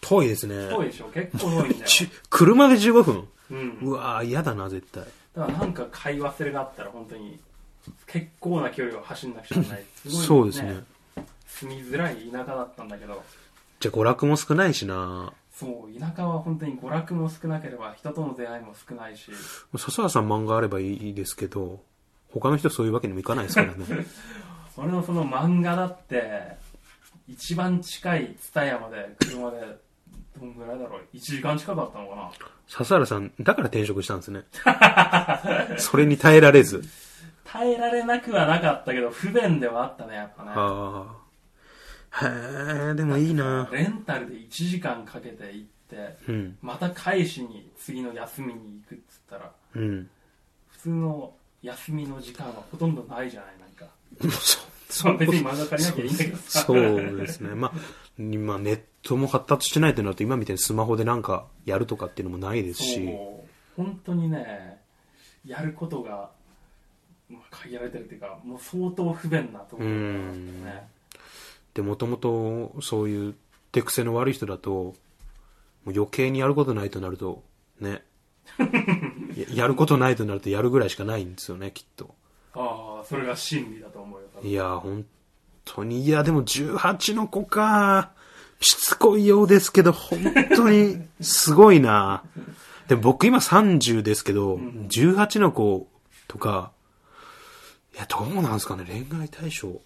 A: 遠いですね。
C: 遠いでしょ結構遠いんだ よ、
A: ち車で15分
C: うん、
A: うわぁ、嫌だな、絶対。
C: だからなんか買い忘れがあったら本当に結構な距離を走んなくちゃいけないすごい、ね、
A: そうですね。
C: 住みづらい田舎だったんだけど
A: じゃあ、娯楽も少ないしな
C: そう田舎は本当に娯楽も少なければ人との出会いも少ないし
A: 笹原さん漫画あればいいですけど、他の人そういうわけにもいかないですからね。
C: 俺のその漫画だって一番近い蔦屋まで車でどんぐらいだろう1時間近かったのかな
A: 笹原さん、だから転職したんですね。それに耐えら れず。
C: 耐えられなくはなかったけど不便ではあったねやっぱね
A: ああ。へえ、でもいいな
C: レンタルで1時間かけて行って
A: うん。
C: また返しに次の休みに行くっつったら
A: うん。
C: 普通の休みの時間はほとんどないじゃないなんか
A: そ
C: まあ別に漫画借りなきゃいいんだけどさ
A: そうですね。まあ、今ネットも発達してないってなると、今みたいにスマホでなんかやるとかっていうのもないですし。
C: そう本当にねやることが、まあ、限られてるっていうかもう相当不便なところだなってね
A: でもともとそういう手癖の悪い人だともう余計にやることないとなるとねややることないとなるとやるぐらいしかないんですよねきっと
C: ああはそれが真理だと思うよ多分
A: いやー、本当に。いや、でも18の子か。しつこいようですけど、本当にすごいな。でも僕今30ですけど、18の子とか、いや、どうなんですかね、恋愛対象。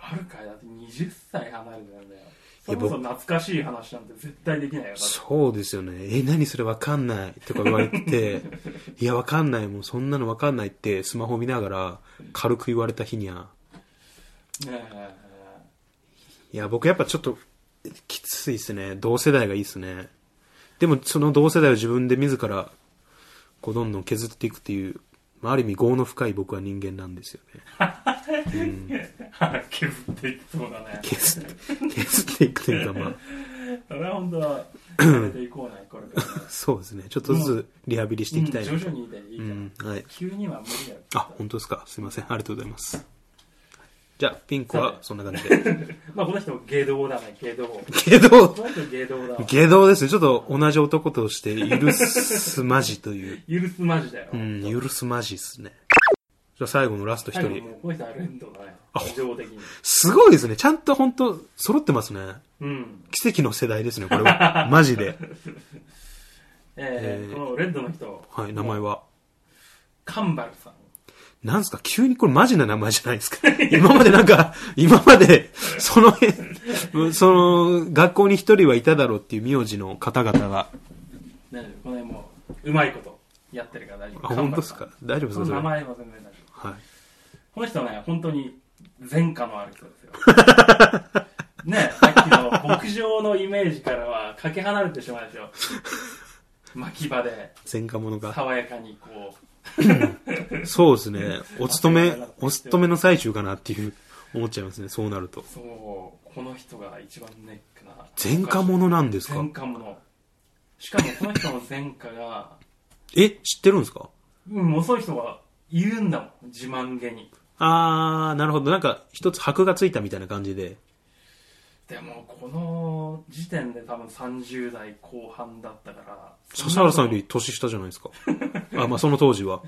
C: あるかいだって20歳離れてるんだよそ
A: や
C: れ
A: 僕
C: こそ懐かしい話なんて絶対できないよ多分
A: そうですよね。え、何それわかんないとか言われ て、いや、わかんない、もうそんなのわかんないってスマホ見ながら軽く言われた日にゃ。
C: ねえ
A: いや、僕やっぱちょっと、きついですね。同世代がいいですね。でも、その同世代を自分で自ら、こう、どんどん削っていくっていう、まあ、ある意味、業の深い僕は人間なんですよね。
C: 削っていきそうだね
A: 削って、削っていくというか、ま あ、
C: それは本当はやめていこうねこれから
A: そうですね。ちょっとずつリハビリしていきたいな
C: うん
A: と
C: 徐。々にでいいうから、
A: ん、はい。
C: 急には無理だよ
A: あ、本当ですか。すいません。ありがとうございます。じゃあ、ピンクはそんな感じで。
C: まあこの人芸道だね芸道こ
A: 下道
C: の人芸道だわ
A: 下道ですね。ちょっと同じ男として許すまじという。
C: 許すマジだよ、
A: うん、許すまじっすね。じゃあ最後のラスト一
C: 最後
A: 人
C: も。うこの人はレンドだね
A: あ
C: 非常的に
A: すごいですね。ちゃんと本当揃ってますね。
C: うん
A: 奇跡の世代ですね、これ は。マジで。
C: え
A: え
C: ー
A: ー
C: このレッドの人
A: はい、名前は。
C: カンバルさん
A: なんすか急にこれマジな名前じゃないです か。今までなんか、今まで、その辺、その、学校に一人はいただろうっていう名字の方々が。
C: 大丈夫この辺もううまいことやってるから大丈夫
A: あ、本当ですか大丈夫ですか
C: その
A: それ
C: 名
A: は。
C: 前は全然大丈夫
A: はい。
C: この人ね本当に前科のある人ですよね さっきの牧場のイメージからはかけ離れてしまう でしょ巻き場で
A: 前科者が。
C: 爽やかにこう
A: そうですね。お勤め、お勤めの最中かなっていう、思っちゃいますね。そうなると。
C: そうこの人が一番ネックな
A: 前科者なんですか
C: 前科者しかもこの人の前科が
A: え、知ってるんですか
C: うん遅い人がいるんだもん自慢げに
A: あー、なるほど。なんか、一つ箔がついたみたいな感じで。
C: でもこの時点で多分30代後半だったから
A: 笹原さんより年下じゃないです か。あ、まあその当時は。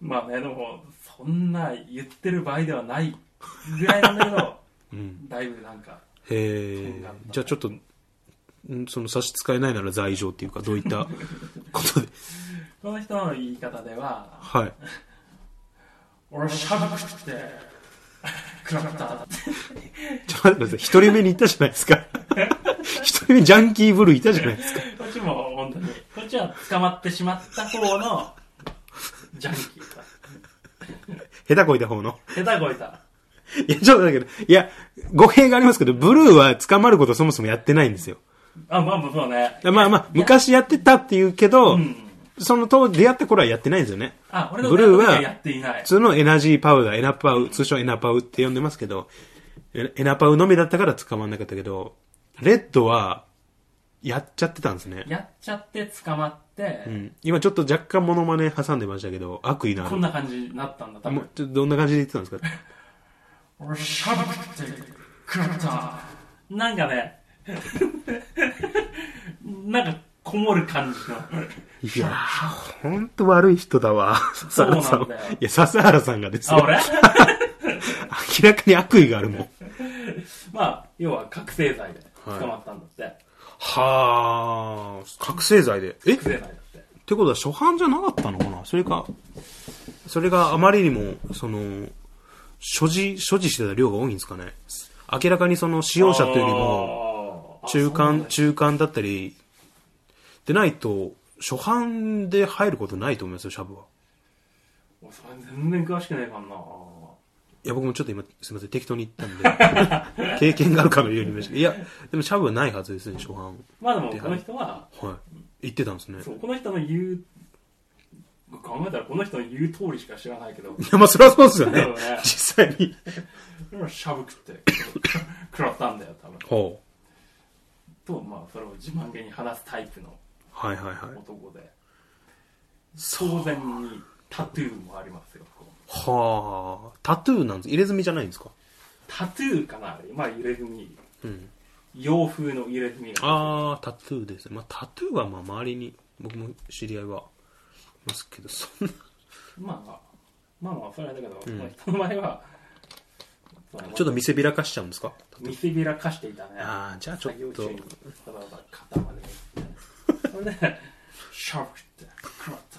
C: まあね、でも、そんな言ってる場合ではないぐらいなんだけ ど、
A: うん。
C: だいぶなんか、
A: へえ。じゃあちょっと、んその差し支えないなら罪状っていうか、どうい ったことで。
C: この人の言い方では、
A: はい。
C: 俺しゃぶくって、食らったって。
A: ちょっと待ってください。一人目に行ったじゃないです か。一人目ジャンキーブルーいたじゃないですか。
C: こっちも本当に、こっちは捕まってしまった方の、ジャンキーだ。
A: 下手こいた方の。
C: 下手こいた。
A: いや、ちょっとだけど、いや、語弊がありますけど、ブルーは捕まることそもそもやってないんですよ。
C: あ、まあまあそうね。
A: まあまあ、昔やってたっていうけど、
C: うん。
A: その当時出会った頃はやってないんですよね。
C: あ、俺
A: ブルー
C: の
A: は
C: はやっていない
A: 普。通のエナジーパウダー、エナパウ、通称エナパウって呼んでますけど、エエナパウのみだったから捕まんなかったけど、レッドは、やっちゃってたんですね。
C: やっちゃって捕まって、
A: うん。今ちょっと若干モノマネ挟んでましたけど、悪意のある。
C: こんな感じになったんだ、多
A: もう
C: 分。
A: ちょっとどんな感じで言ってたんですか
C: 俺しゃぶくって食らったなんかね なんかこもる感じの
A: いやー、ほんと悪い人だわ。笹原さん
C: そうなんだよ
A: いや、笹原さんがです
C: あ
A: よ。
C: 俺
A: 明らかに悪意があるもん。
C: まあ要は覚醒剤で捕まったんだって、
A: はー、覚醒剤で。え
C: 覚醒剤だって
A: ってことは初版じゃなかったのかなそれか、それがあまりにも、その、所持、所持してた量が多いんですかね明らかにその使用者というよりも、
C: も
A: 中間、中間だったり、でないと、初版で入ることないと思いますよ、シャブは。
C: 俺それ全然詳しくないからない
A: や、僕もちょっと今、すいません、適当に言ったん で、経験があるかのように言いましたけどいや、でもシャブはないはずですね、初版。
C: まあでもこの人は
A: はい。言ってたんですね。
C: そうこの人の言う考えたらこの人の言う通りしか知らない けど
A: いや、まあ、それはそうですよね
C: そうね。
A: 実際に。
C: 俺しゃぶくって 食らったんだよ多分
A: ほう。
C: とまあそれを自慢げに話すタイプの
A: はいはいはい。
C: 男で当然にタトゥーもありますよこう
A: はあ、タトゥーなんです。入れ墨じゃないんですか
C: タトゥーかなあれまあ入れ墨
A: うん。
C: 洋風の入れ墨が
A: ああ、タトゥーですね。まあ、タトゥーはまあ、周りに、僕も知り合いはいますけど、そんな、
C: まあまあまあそれはだけど、
A: うん
C: まあ人の場合はち
A: ちょっと見せびらかしちゃうんですか
C: 見せびらかしていたね
A: ああじゃあちょっ
C: 作業
A: と
C: 中にわざわざ肩までそれ でシャープってクラッ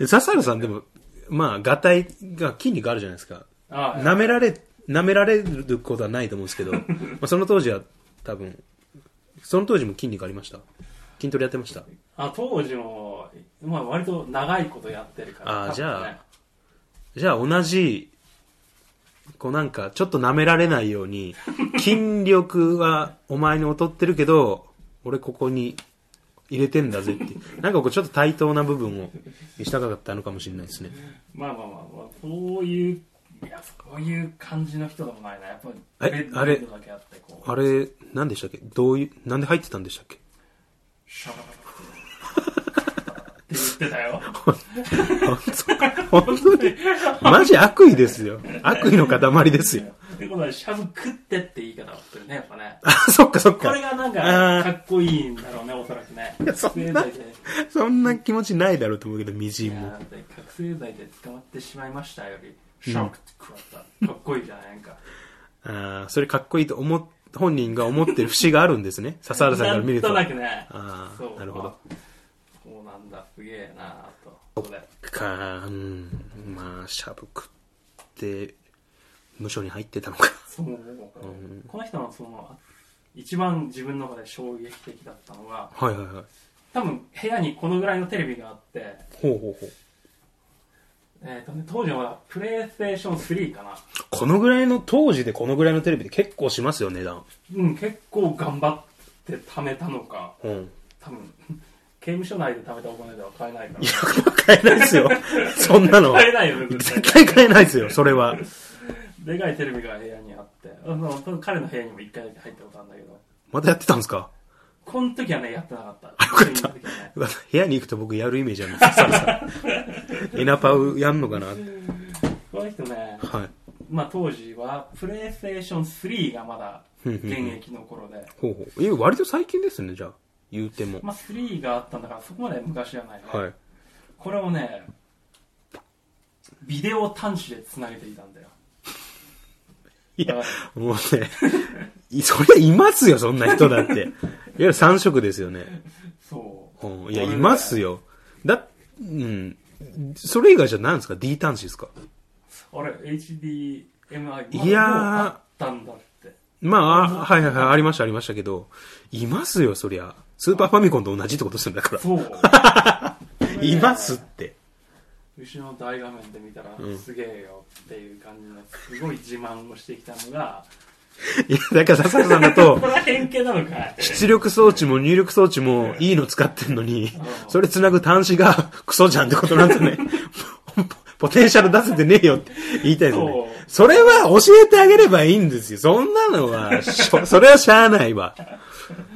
C: と
A: 笹原さんでもまあがたいが筋肉あるじゃないですか
C: ああ
A: 舐められ舐められることはないと思うんですけどまあその当時は多分その当時も筋肉ありました筋トレやってました
C: あ当時も、まあ、割と長いことやってるか
A: あ
C: ら多分
A: じゃあじゃあ同じこうなんかちょっと舐められないように筋力はお前に劣ってるけど俺ここに入れてんだぜってなんかこうちょっと対等な部分を見せたかったのかもしれないですね
C: まあまあまあ、まあ、そういういやそういう感じの人でもないなやっぱ
A: え
C: りベッド
A: あれ
C: ベッドだけあってこう
A: あれ何でしたっけどういうなんで入ってたんでしたっけ
C: シャバババって言ってた よ
A: 本当にマジ悪意ですよ悪意の塊ですよ
C: ってことはシャブ食ってって言い方をするねやっぱね
A: あそっかそっ
C: これ
A: か
C: がなんか
A: あー
C: かっこいいんだろうねおそらくね
A: やそ
C: 覚
A: ん
C: 醒
A: な
C: 剤で
A: そんな気持ちないだろうと思うけどみ
C: い
A: じん
C: や
A: も
C: だって覚醒剤で捕まってしまいましたよりシャブ食って食らったかっこいいじゃないなんか
A: あーそれかっこいいと思っ本人が思ってる節があるんですね笹原さんから見ると
C: なんとなくね
A: あ
C: そう
A: あなるほど
C: あそうなんだすげえなとそうだよ
A: かうんまあしゃぶくって無所に入ってたのか
C: そうこの人のその一番自分の中で衝撃的だったのが
A: はいはいはい
C: 多分部屋にこのぐらいのテレビがあって、
A: ほうほうほう
C: えーとね、当時はまだプレイステーション3かな
A: このぐらいの当時でこのぐらいのテレビで結構しますよ値段
C: うん結構頑張って貯めたのか
A: うん
C: 多分刑務所内で貯めたお金では買えないから
A: 買えないですよそん なの
C: 買えないよね絶
A: 絶対買えないですよそれは
C: 対でかいテレビが部屋にあってあの多分彼の部屋にも一回だけ入ったことあるんだけど
A: またやってたんですか
C: この時はねやってなかった
A: った
C: この時はね
A: うわ部屋に行くと僕やるイメージあるんですよサラさんエナパウやんのかな
C: この人ね
A: はい
C: まあ、当時はプレイステーション3がまだ
A: ふんふん
C: 現
A: ふん
C: 役の頃で、
A: ほうほうえ割と最近ですねじゃあ言うても
C: まあ、3があったんだからそこまで昔じゃないね、
A: はい
C: これをねビデオ端子でつなげていたんだよ
A: いや
C: だか
A: もうね、いそりゃいますよ、そんな人だって。いわゆる3色ですよね。
C: らそう
A: うん、いや、いますよ。だ、うん。それ以外じゃ何ですか ?D 端子ですか
C: あれ HDMI まだ
A: いやー
C: もうあったんだって
A: まあ、あはいはいはい、ありました、ありましたけど、いますよ、そりゃ。スーパーファミコンと同じってことするんだから。
C: そ う
A: いますって。
C: 後ろの大画面で見たら、
A: うん
C: すげえよっていう感じのすごい自慢をしてきたのが
A: いや、だから笹原さんだと
C: こ、れは変形なのかい
A: 出力装置も入力装置もいいの使ってんのに、それ繋ぐ端子がクソじゃんってことなんですね。 ポテンシャル出せてねえよって言いたいですね。それは教えてあげればいいんですよ。そんなのは、しょそれはしゃあないわ。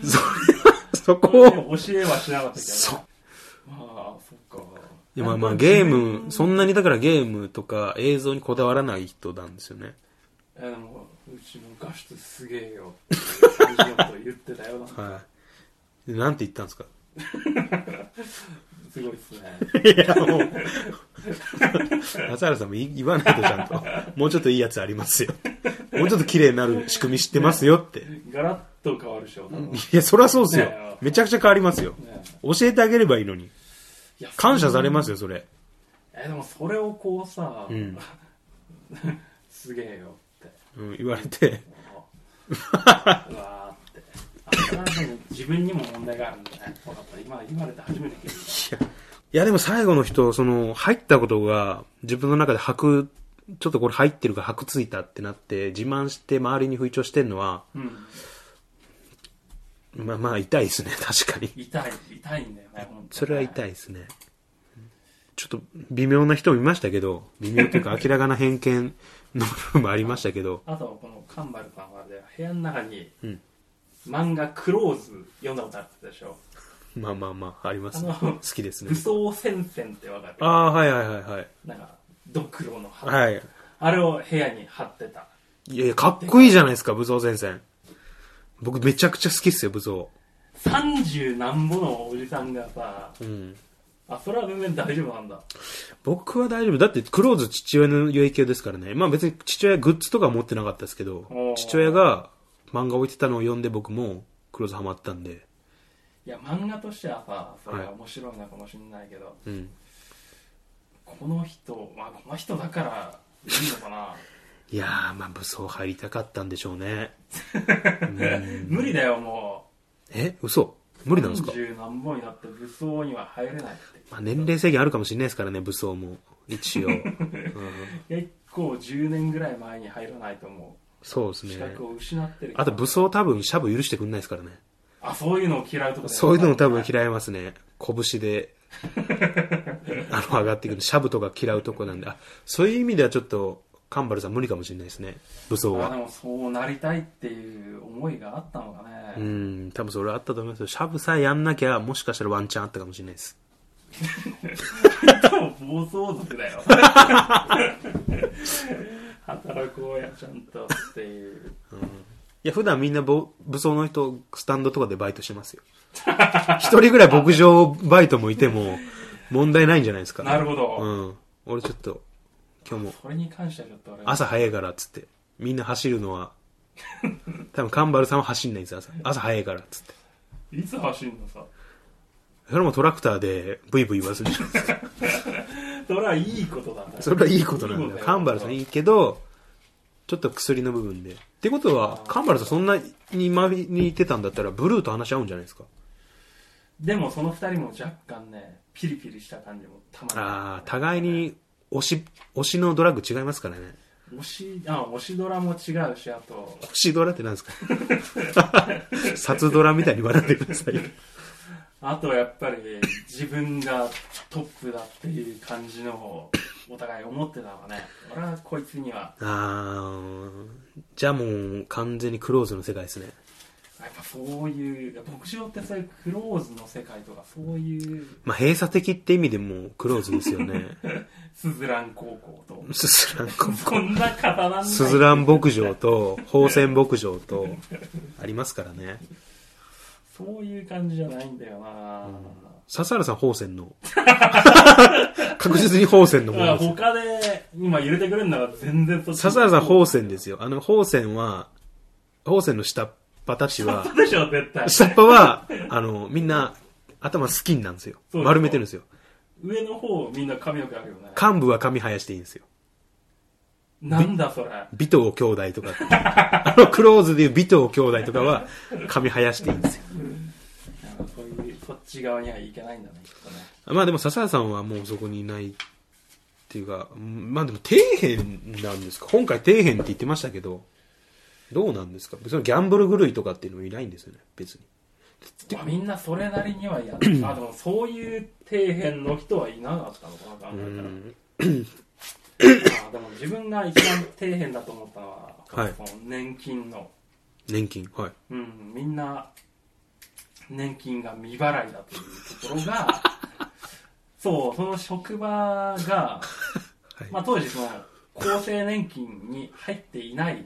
A: それは、そ
C: これ
A: こ
C: ね
A: を。
C: 教えはしなかったけどね
A: そ
C: まあそっか
A: いやまあまあゲーム、そんなにだからゲームとか映像にこだわらない人なんですよね。
C: えでもうちの画質すげえよっていう感じのこと言ってたよな
A: はい。でなんて言ったんですか
C: すごいっすね
A: いや、もう。松原さんもい言わないとちゃんと。もうちょっといいやつありますよ。もうちょっと綺麗になる仕組み知ってますよって。
C: ガラッと変わるでしょ多分ね
A: いや、そりゃそうですよ。めちゃくちゃ変わりますよ。教えてあげればいいのに。
C: いや
A: 感謝され
C: そん
A: ますよ、それ。
C: えでもそれをこうさ、
A: うん。
C: すげえよって
A: うん、言われて。
C: うわーってあなんかね自分にも問題があるんだね分かった今言われて初めて聞いた
A: いや、でも最後の人、その、入ったことが、自分の中で白、ちょっとこれ入ってるから白ついたってなって、自慢して周りに吹聴してんのは、
C: うん
A: まあまあ痛いですね、確かに。
C: 痛い痛いんだよね本当
A: それは痛
C: い
A: いですね。ちょっと微妙な人もいましたけど、微妙というか明らかな偏見の部分もありましたけど、
C: あとこのカンバルさんはね部屋の中に
A: うん
C: 漫画「クローズ」読んだことあったでしょ
A: まあまあまあ、ありますね。
C: あの
A: 好きですね
C: 武。装戦線ってわかる
A: ああ、はいはいはいはい。
C: なんかドクロの貼る
A: はい。
C: あれを部屋に貼ってた
A: いやいや、かっこいいじゃないですか、武装戦線。僕めちゃくちゃ好きっすよ、武装。
C: 三十何ぼのおじさんがさ
A: うん。
C: あそれは全然大丈夫なんだ
A: 僕は大丈夫。だって、クローズ父親の影響ですからね。まあ別に父親グッズとかは持ってなかったですけど
C: おー、
A: 父親が漫画置いてたのを読んで僕もクローズハマったんで。
C: いや漫画としてはさそれは面白いのかもしれないけど、
A: うん。
C: この人まあこの人だからいいのかな
A: いやー、まあ武装入りたかったんでしょうね。 うん
C: 無理だよも
A: え嘘無
C: う
A: 理なんですか、
C: 30何本になって武装には入れないって
A: まあ、年齢制限あるかもしれないですからね、武装も。 一応。うん
C: 結構10年ぐらい前に入らないと思
A: そうです
C: う資
A: ね
C: 格。を失ってるから
A: あと武装多分シャブ許してくんないですからね。
C: あそういうのを嫌うとか
A: そういうのも多分
C: い
A: 嫌いますね。拳で、あの、上がってくる。シャブとか嫌うとこなんで。あ、そういう意味ではちょっと、カンバルさん無理かもしれないですね。武装
C: あで
A: は。
C: もそうなりたいっていう思いがあったのか
A: う
C: ね、
A: ん、多分それあったと思いますよ。シャブさえやんなきゃ、もしかしたらワンチャンあったかもしれないです。
C: でも暴走族だよ働こうやちゃんとっていう
A: いや、普段みんなぼ武装の人、スタンドとかでバイトしてますよ。 一人ぐらい牧場バイトもいても、問題ないんじゃないですか。
C: なるほど、
A: うん。俺ちょっと、今日も
C: それに関してはちょっと俺は
A: 朝早いからっつってみんな走るのは多分カンバルさんは走んないんですよ朝朝早いからっつって
C: いつ走るのさ
A: それもトラクターでブイブイ言わせる
C: それはいいことだね
A: それはいいことなんだ
C: いい
A: よカンバルさんいいけどちょっと薬の部分でってことはカンバルさんそんなに周りにいてたんだったらブルーと話し合うんじゃないですか
C: でもその二人も若干ねピリピリした感じもたまに
A: ああ互いに推し推しのドラッグ違いますからね
C: 推しあ推しドラも違うしあと
A: 推しドラって何 ですか殺ドラみたいに言わないでくださいよ
C: あとやっぱり自分がトップだっていう感じの方お互い思ってたのね俺はこいつには
A: あーじゃあもう完全にクローズの世界ですね
C: やっぱそういう牧場ってそういうクローズの世界とかそういう
A: まあ、閉鎖的って意味でもクローズですよね。
C: スズラン高校と
A: スズランこ、
C: そんな方なん
A: スズ
C: ン
A: ラン牧場と、宝泉牧場と、ありますからね。
C: そういう感じじゃないんだよな、
A: 笹原さん宝泉 の。確実に宝泉の
C: だ
A: 方
C: から
A: ですよ。
C: 他で今入れてくれるなら全然そっち
A: 笹原さん宝泉ですすよ。あの、宝泉は、宝泉の下っ端たち は、
C: でしょ絶対
A: 下っ端は、あの、みんな、頭スキンなんですよ。
C: そう
A: 丸めてるんですよ。
C: 上の方みんな髪の毛あるよね
A: 幹部は髪生やしていいんですよ。
C: なんだそれ
A: 尾藤兄弟とかって。あの、クローズでいう尾藤兄弟とかは、髪生やしていいんですよ
C: なんかそういうそっち側にはいけないんだねきっとね
A: まあでも笹谷さんはもうそこにいないっていうか、うんまあでも底辺なんですか今回底辺って言ってましたけど、どうなんですかそのギャンブル狂いとかっていうのもいないんですよね、別に。
C: まあ、みんなそれなりには やっあでもそういう底辺の人はいなかったのかな考
A: うん。
C: えたら、まあ、でも自分が一番底辺だと思ったのは、
A: はい
C: その年金の、
A: 年金。はい。
C: うん、みんな年金が未払いだというところ がそうその職場が、
A: はい
C: まあ、当時その厚生年金に入っていない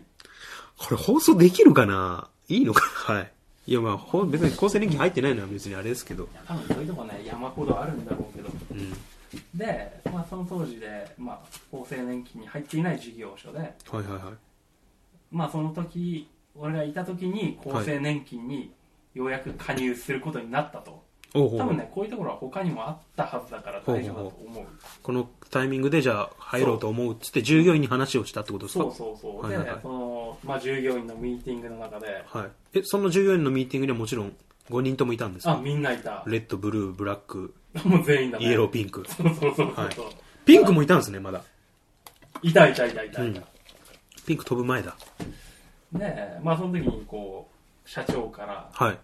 A: これ放送できるかないいのかなはい。いやまあ、ほ別に厚生年金入ってないのは別にあれですけど。
C: 多分そういうとこね山ほどあるんだろうけど
A: うん。
C: で、まあ、その当時で、まあ、厚生年金に入っていない事業所で、
A: はいはいはい。
C: まあ、その時俺がいた時に厚生年金にようやく加入することになったと、
A: おうおう
C: 多分ねこういうところは他にもあったはずだから大丈夫だと思う
A: このタイミングでじゃあ入ろうと思うっつって従業員に話をしたってことですか
C: そうそうそう
A: はい
C: で、
A: はいはい
C: その、まあ、従業員のミーティングの中で
A: はい。え、その従業員のミーティングにはもちろん5人ともいたんです
C: あ
A: か
C: みんないた
A: レッド、ブルー、ブラック、
C: もう全員だね
A: イエロー、ピンク。
C: そうそうそうそうそう、
A: ピンクもいたんですね、まだ。
C: い、たいたいたいたいた、
A: ピンク飛ぶ前だ。
C: でまあその時にこう社長から
A: はい。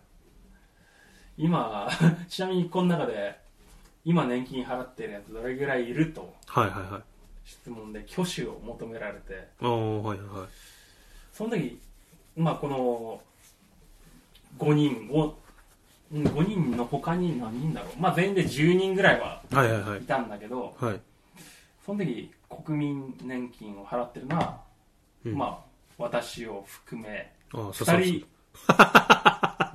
C: 今 ちなみにこの中で今年金払ってるやつどれぐらいいると
A: はいはいはい。
C: 質問で挙手を求められて
A: おー、はいはいはい。
C: その時まあこの5人をうん5人の他に何人だろうまあ全員で10人ぐらいは
A: はいはいはい
C: い。たんだけど
A: はい。
C: その時国民年金を払ってるのは、
A: うん
C: まあ私を含め
A: あー、そうそうそう
C: 2人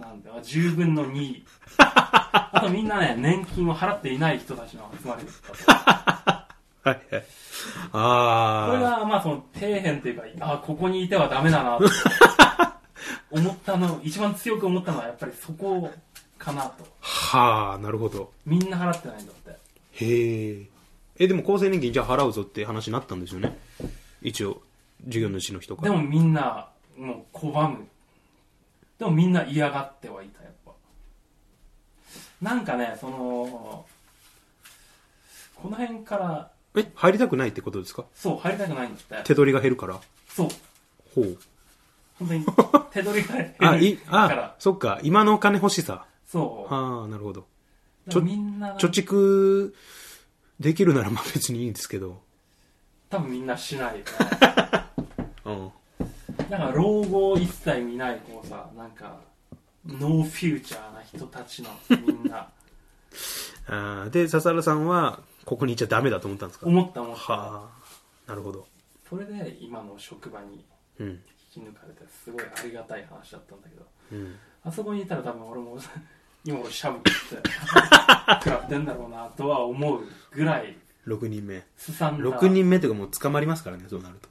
C: なんで10分の2あとみんなね、年金を払っていない人たちの集まりだったと。
A: はいはい。
C: これ
A: あ
C: が、まあその、底辺というか、あここにいてはダメだ なと、思ったの、一番強く思ったのはやっぱりそこかなと。
A: あ。はあ、なるほど。
C: みんな払ってないんだって。
A: へえ。え、でも厚生年金じゃあ払うぞって話になったんですよね。一応、事業主の人か
C: で
A: ら。
C: もみんな、もう拒む。でもみんな嫌がってはいた、やっぱ。なんかね、その、この辺から、
A: え、入りたくないってことですか
C: そう、入りたくないんだって。
A: 手取りが減るから。
C: そう、
A: ほう。
C: 本当に、手取りが減る
A: あ、い、
C: か
A: あ
C: ら、、
A: そっか、今のお金欲しさ。
C: そう。
A: ああ、なるほど。
C: だからみんな、
A: 貯蓄できるならまあ別にいいんですけど。
C: 多分みんなしないよね。
A: うん。
C: だから老後一切見ない、こうさ、なんか、ノーフューチャーな人たちの、みんな、
A: あーで、笹原さんは、ここにいちゃダメだと思ったんですかは
C: 思った思った。
A: あ、なるほど。
C: それで今の職場に
A: うん。
C: 引き抜かれて、すごいありがたい話だったんだけど、
A: うん。
C: あそこにいたら多分俺も、今俺シャブ食って、食らってんだろうな、とは思うぐらい、
A: 6人目。
C: すさんだ。
A: 6人目というかもう捕まりますからね、そうなると。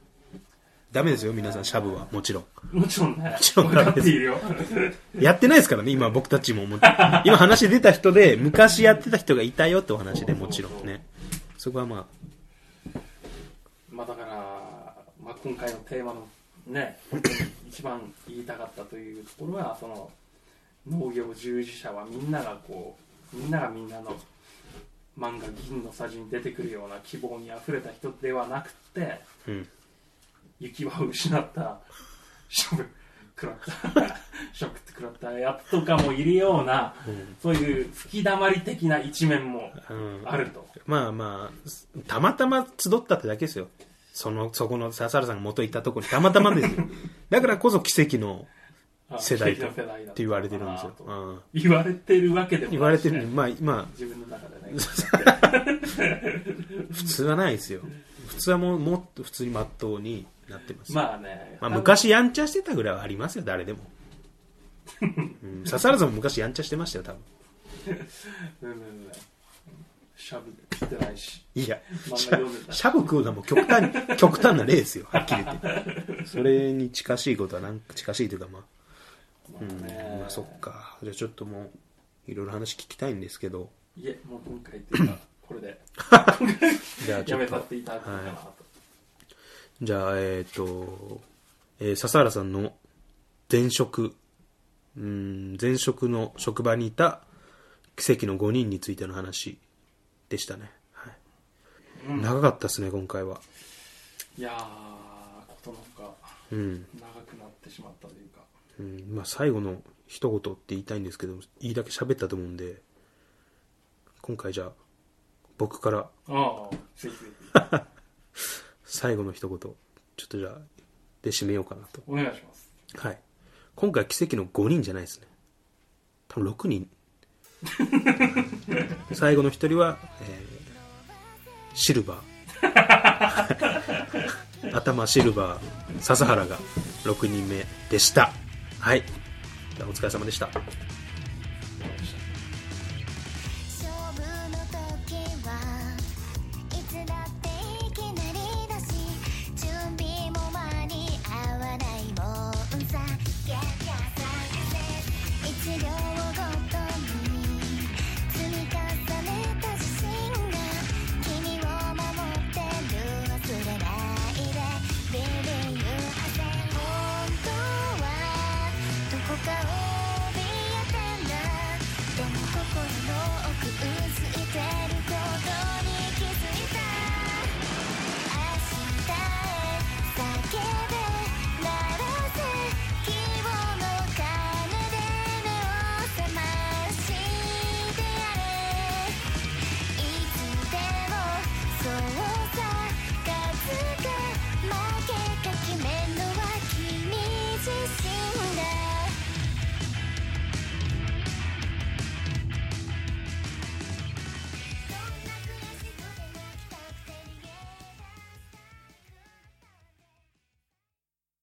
A: ダメですよ、皆さん、シャブは。もちろん。
C: もちろんね、
A: ちろん
C: 分かっているよ。
A: やってないですからね、今僕たちももう。今話出た人で、昔やってた人がいたよってお話でもちろんね。そこはまあ、
C: まあだから、まあ、今回のテーマのね、本当に一番言いたかったというところは、その農業従事者はみんながこう、みんながみんなの漫画銀のさじに出てくるような希望にあふれた人ではなくて、
A: うん。
C: 行き場を失った、しょぶ、食らった、しょぶって食らったやつとかもいるような、
A: うん
C: そういう吹き溜まり的な一面も
A: うん
C: あると。
A: まあまあ、たまたま集ったってだけですよ。その、そこの笹原さんが元行ったとこにたまたまです よ。だからこそ奇跡の
C: あ
A: 世代
C: 奇
A: と
C: 跡の世代だ
A: って言われてるんですよ
C: な。と
A: うん、
C: 言われてるわけでもないしね
A: 言われてるまあ、ま
C: 自分の中でね
A: あ、普通はないですよ。普通はもう、もっと普通に真っ当になってます。ま
C: まあね、
A: あ、昔やんちゃしてたぐらいはありますよ、誰でも。 うん、笹原さんも昔やんちゃしてましたよ、多分。
C: うんうんうんしゃぶってないし
A: いや、
C: 漫画
A: シ
C: 読んで
A: ャ
C: た
A: シャブ食うのはもう極端に、極端な例ですよ、はっきり言って。それに近しいことは、なんか近しいというか、まあ、
C: ま
A: う
C: あ
A: ん、
C: ね
A: まあそっか。じゃあちょっともう、いろいろ話聞きたいんですけど、
C: いえもう今回っていうかこれで
A: じゃあち
C: や
A: ょっ
C: めた
A: と
C: っ、ていただくのかなと、
A: じゃあ、えっ、と、えー笹原さんの前職、うん、前職の職場にいた奇跡の5人についての話でしたね。はい
C: うん
A: 長かったですね、今回は。
C: いやーことのほか
A: うん。
C: 長くなってしまったというか
A: うん、まあ最後の一言って言いたいんですけど、言いだけ喋ったと思うんで、今回じゃあ、僕から
C: ああぜひぜひ
A: 最後の一言、ちょっとじゃあ、で締めようかなと。
C: お願いします
A: はい。今回奇跡の5人じゃないですね。多分6人。最後の一人は、えーシルバー。頭シルバー、笹原が6人目でした。はい。じゃあお疲れ様でした。
C: わかりました
D: 勝負の時はいつだっていきなりだし準備も間に合わないもんさ「ゲッゲッサイエス」「一秒は